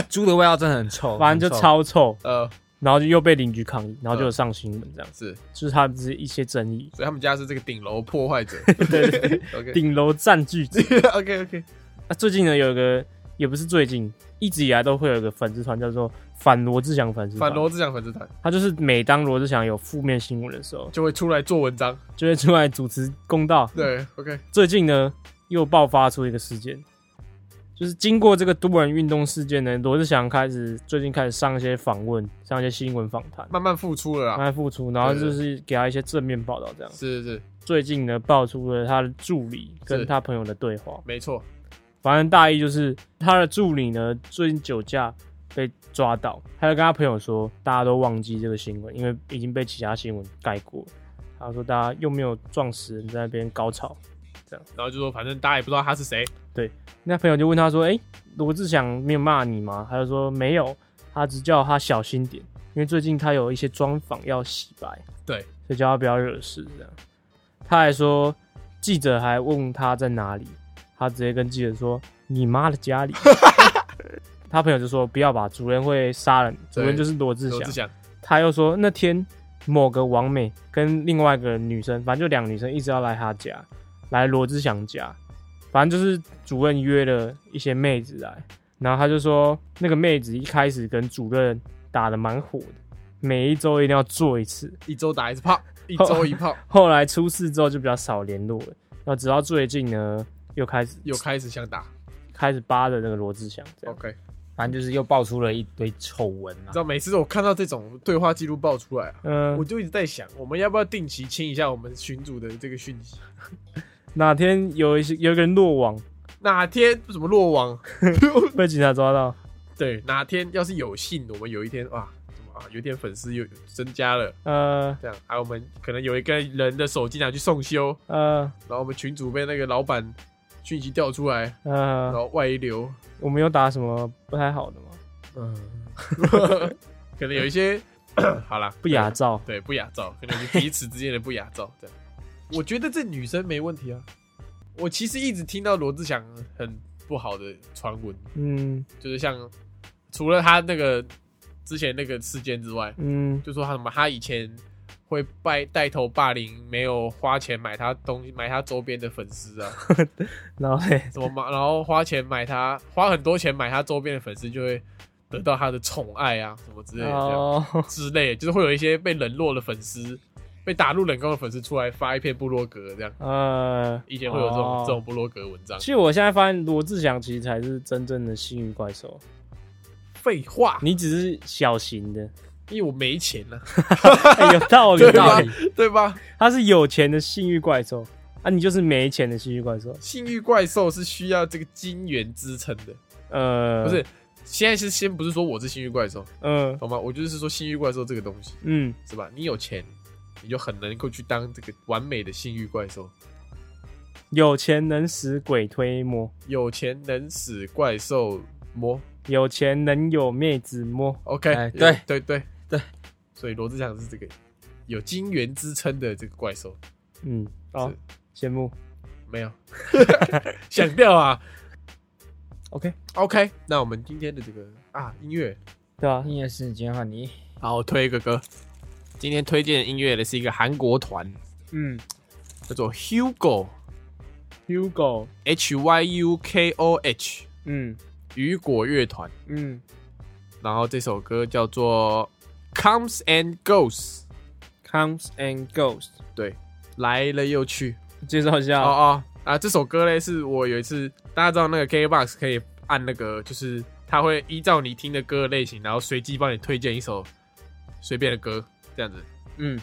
[SPEAKER 3] 猪的味道真的很臭，
[SPEAKER 2] 反正就
[SPEAKER 3] 很
[SPEAKER 2] 超
[SPEAKER 3] 臭。
[SPEAKER 2] 臭，
[SPEAKER 1] 呃，
[SPEAKER 2] 然后就又被邻居抗议，然后
[SPEAKER 1] 嗯
[SPEAKER 2] 就有上新闻这样，
[SPEAKER 1] 是，
[SPEAKER 2] 就是他们这一些争议。
[SPEAKER 1] 所以他们家是这个顶楼破坏者。
[SPEAKER 2] 对对对，
[SPEAKER 1] OK
[SPEAKER 2] 顶楼占据者。
[SPEAKER 1] OK OK，
[SPEAKER 2] 那最近呢，有一个也不是最近，一直以来都会有一个粉丝团叫做反罗志祥粉丝团
[SPEAKER 1] 反，罗志祥粉丝团
[SPEAKER 2] 他就是每当罗志祥有负面新闻的时候，
[SPEAKER 1] 就会出来做文章。
[SPEAKER 2] 就会出来主持公道。
[SPEAKER 1] 对，OK，
[SPEAKER 2] 最近呢，又爆发出一个事件，就是经过这个都人运动事件呢，罗志祥开始最近开始上一些访问，上一些新闻访谈，
[SPEAKER 1] 慢慢付出了
[SPEAKER 2] 慢
[SPEAKER 1] 啦。
[SPEAKER 2] 慢付出，然后
[SPEAKER 1] 对
[SPEAKER 2] 就
[SPEAKER 1] 对
[SPEAKER 2] 是给他一些正面报道。这样，
[SPEAKER 1] 是是是，
[SPEAKER 2] 最近呢，爆出了他的助理跟
[SPEAKER 1] 是
[SPEAKER 2] 他朋友的对话。
[SPEAKER 1] 没错。
[SPEAKER 2] 反正大意就是他的助理呢，最近酒驾被抓到，他就跟他朋友说，大家都忘记这个新闻，因为已经被其他新闻盖过了。他说大家又没有撞死人，在那边高潮。
[SPEAKER 1] 然后就说，反正大家也不知道他是谁。
[SPEAKER 2] 那朋友就问他说：“哎、罗志祥没有骂你吗？”他就说：“没有，他只叫他小心点，因为最近他有一些专访要洗白，
[SPEAKER 1] 对，
[SPEAKER 2] 所以叫他不要惹事。”这样，他还说记者还问他在哪里，他直接跟记者说：“你妈的家 里。”他朋友就说：“不要吧，主人会杀人，主
[SPEAKER 1] 对
[SPEAKER 2] 人就是罗志
[SPEAKER 1] 罗
[SPEAKER 2] 祥。
[SPEAKER 1] 志祥，
[SPEAKER 2] 他又说那天某个王美跟另外一个女生，反正就两个女生一直要来他家，来罗志祥家，反正就是主任约了一些妹子来，然后他就说那个妹子一开始跟主任打的蛮火的，每一周一定要做一次，
[SPEAKER 1] 一周打一次 炮，一周一炮，
[SPEAKER 2] 后来出事之后就比较少联络了，然后直到最近呢又开始
[SPEAKER 1] 又开始想打。
[SPEAKER 2] 开始扒着那个罗志祥这样，
[SPEAKER 1] OK，你
[SPEAKER 3] 反正就是又爆出了一堆丑闻啊
[SPEAKER 1] 知。道每次我看到这种对话记录爆出来啊，
[SPEAKER 2] 嗯、
[SPEAKER 1] 我就一直在想，我们要不要定期清一下我们群主的这个讯息？
[SPEAKER 2] 哪天有一些有一个人落网
[SPEAKER 1] 哪天什么落网？
[SPEAKER 2] 被警察抓到，
[SPEAKER 1] 对，哪天要是有幸，我们有一天哇，怎么啊，有一天粉丝又增加了，
[SPEAKER 2] 呃
[SPEAKER 1] 这样啊，我们可能有一个人的手机拿去送修，
[SPEAKER 2] 呃
[SPEAKER 1] 然后我们群主被那个老板讯息调出来，
[SPEAKER 2] 呃
[SPEAKER 1] 然，后外流，
[SPEAKER 2] 我们有打什么不太好的吗？
[SPEAKER 1] 嗯， 可能有一些 好啦，
[SPEAKER 2] 不雅照，
[SPEAKER 1] 对不雅照，可能有彼此之间的不雅照。这样， 我觉得这女生没问题啊。我其实一直听到罗志祥很不好的传闻，
[SPEAKER 2] 嗯
[SPEAKER 1] 就是像除了他那个之前那个事件之外，
[SPEAKER 2] 嗯
[SPEAKER 1] 就说他什么他以前会带带头霸凌没有花钱买他东西买他周边的粉丝啊，
[SPEAKER 2] 然 后嘞，
[SPEAKER 1] 什么嘛，然后花钱买他花很多钱买他周边的粉丝就会得到他的宠爱啊什么之类的这样。
[SPEAKER 2] 哦，
[SPEAKER 1] 之类，就是会有一些被冷落的粉丝，被打入冷宫的粉丝出来发一篇部落格，这样
[SPEAKER 2] 呃，
[SPEAKER 1] 以前会有这种、
[SPEAKER 2] 哦
[SPEAKER 1] 这种部落格文章
[SPEAKER 2] 其。实我现在发现罗志祥其实才是真正的幸运怪兽，
[SPEAKER 1] 废话，
[SPEAKER 2] 你只是小 型的，
[SPEAKER 1] 因为我没钱了、啊，
[SPEAKER 2] 哎有道理，有
[SPEAKER 1] 对啊
[SPEAKER 2] 道
[SPEAKER 1] 吧
[SPEAKER 2] 理，？
[SPEAKER 1] 对吧？
[SPEAKER 2] 他是有钱的幸运怪兽啊，你就是没钱的幸运怪兽，
[SPEAKER 1] 性欲怪兽是需要这个金元支撑的，
[SPEAKER 2] 呃，
[SPEAKER 1] 不是？现在是先不是说我是性欲怪兽，
[SPEAKER 2] 嗯，
[SPEAKER 1] 懂吗？我就是说性欲怪兽这个东西，
[SPEAKER 2] 嗯
[SPEAKER 1] 是吧？你有钱，你就很能够去当这个完美的性欲怪兽。
[SPEAKER 2] 有钱能使鬼推磨，
[SPEAKER 1] 有钱能使怪兽魔
[SPEAKER 2] 有钱能有妹子摸，
[SPEAKER 1] ，OK？、
[SPEAKER 3] 哎对
[SPEAKER 1] 对对
[SPEAKER 3] 对，
[SPEAKER 1] 所以罗志祥是这个有金元支撑的这个怪兽。
[SPEAKER 2] 嗯，哦，羡慕
[SPEAKER 1] 没 有，想掉啊。
[SPEAKER 2] ，OK，
[SPEAKER 1] OK，那我们今天的这个啊音乐，
[SPEAKER 2] 对啊吧？
[SPEAKER 3] 音乐时间换你，
[SPEAKER 1] 好，我推一个歌。今天推荐的音乐的是一个韩国团，
[SPEAKER 2] 嗯
[SPEAKER 1] 叫做 Hugo
[SPEAKER 2] ，Hugo，
[SPEAKER 1] H Y U K O H
[SPEAKER 2] 嗯
[SPEAKER 1] 雨果乐团，
[SPEAKER 2] 嗯。
[SPEAKER 1] 然后这首歌叫做 Comes and Goes，
[SPEAKER 2] Comes and Goes。
[SPEAKER 1] 对，来了又去。
[SPEAKER 2] 介绍一下，
[SPEAKER 1] 哦哦啊，这首歌嘞是我有一次，大家知道那个 KBox 可以按那个，就是它会依照你听的歌的类型，然后随机帮你推荐一首随便的歌，这样子。
[SPEAKER 2] 嗯，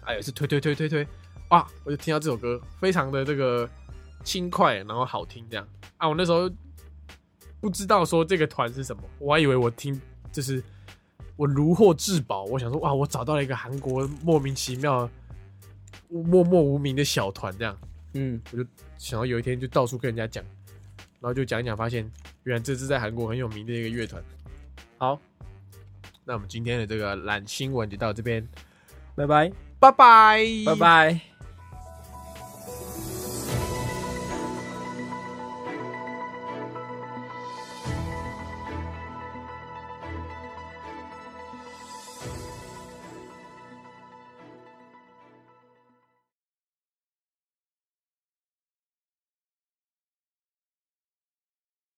[SPEAKER 1] 啊，有一次推推推推推，啊，我就听到这首歌，非常的这个轻快，然后好听这样。啊，我那时候不知道说这个团是什么，我还以为我听就是我如获至宝，我想说哇，我找到了一个韩国莫名其妙、默默无名的小团这样。
[SPEAKER 2] 嗯
[SPEAKER 1] 我就想要有一天就到处跟人家讲，然后就讲一讲，发现原来这是在韩国很有名的一个乐团。好，那我们今天的这个懒新闻就到这边，
[SPEAKER 2] 拜拜。
[SPEAKER 1] 拜拜，
[SPEAKER 3] 拜。拜。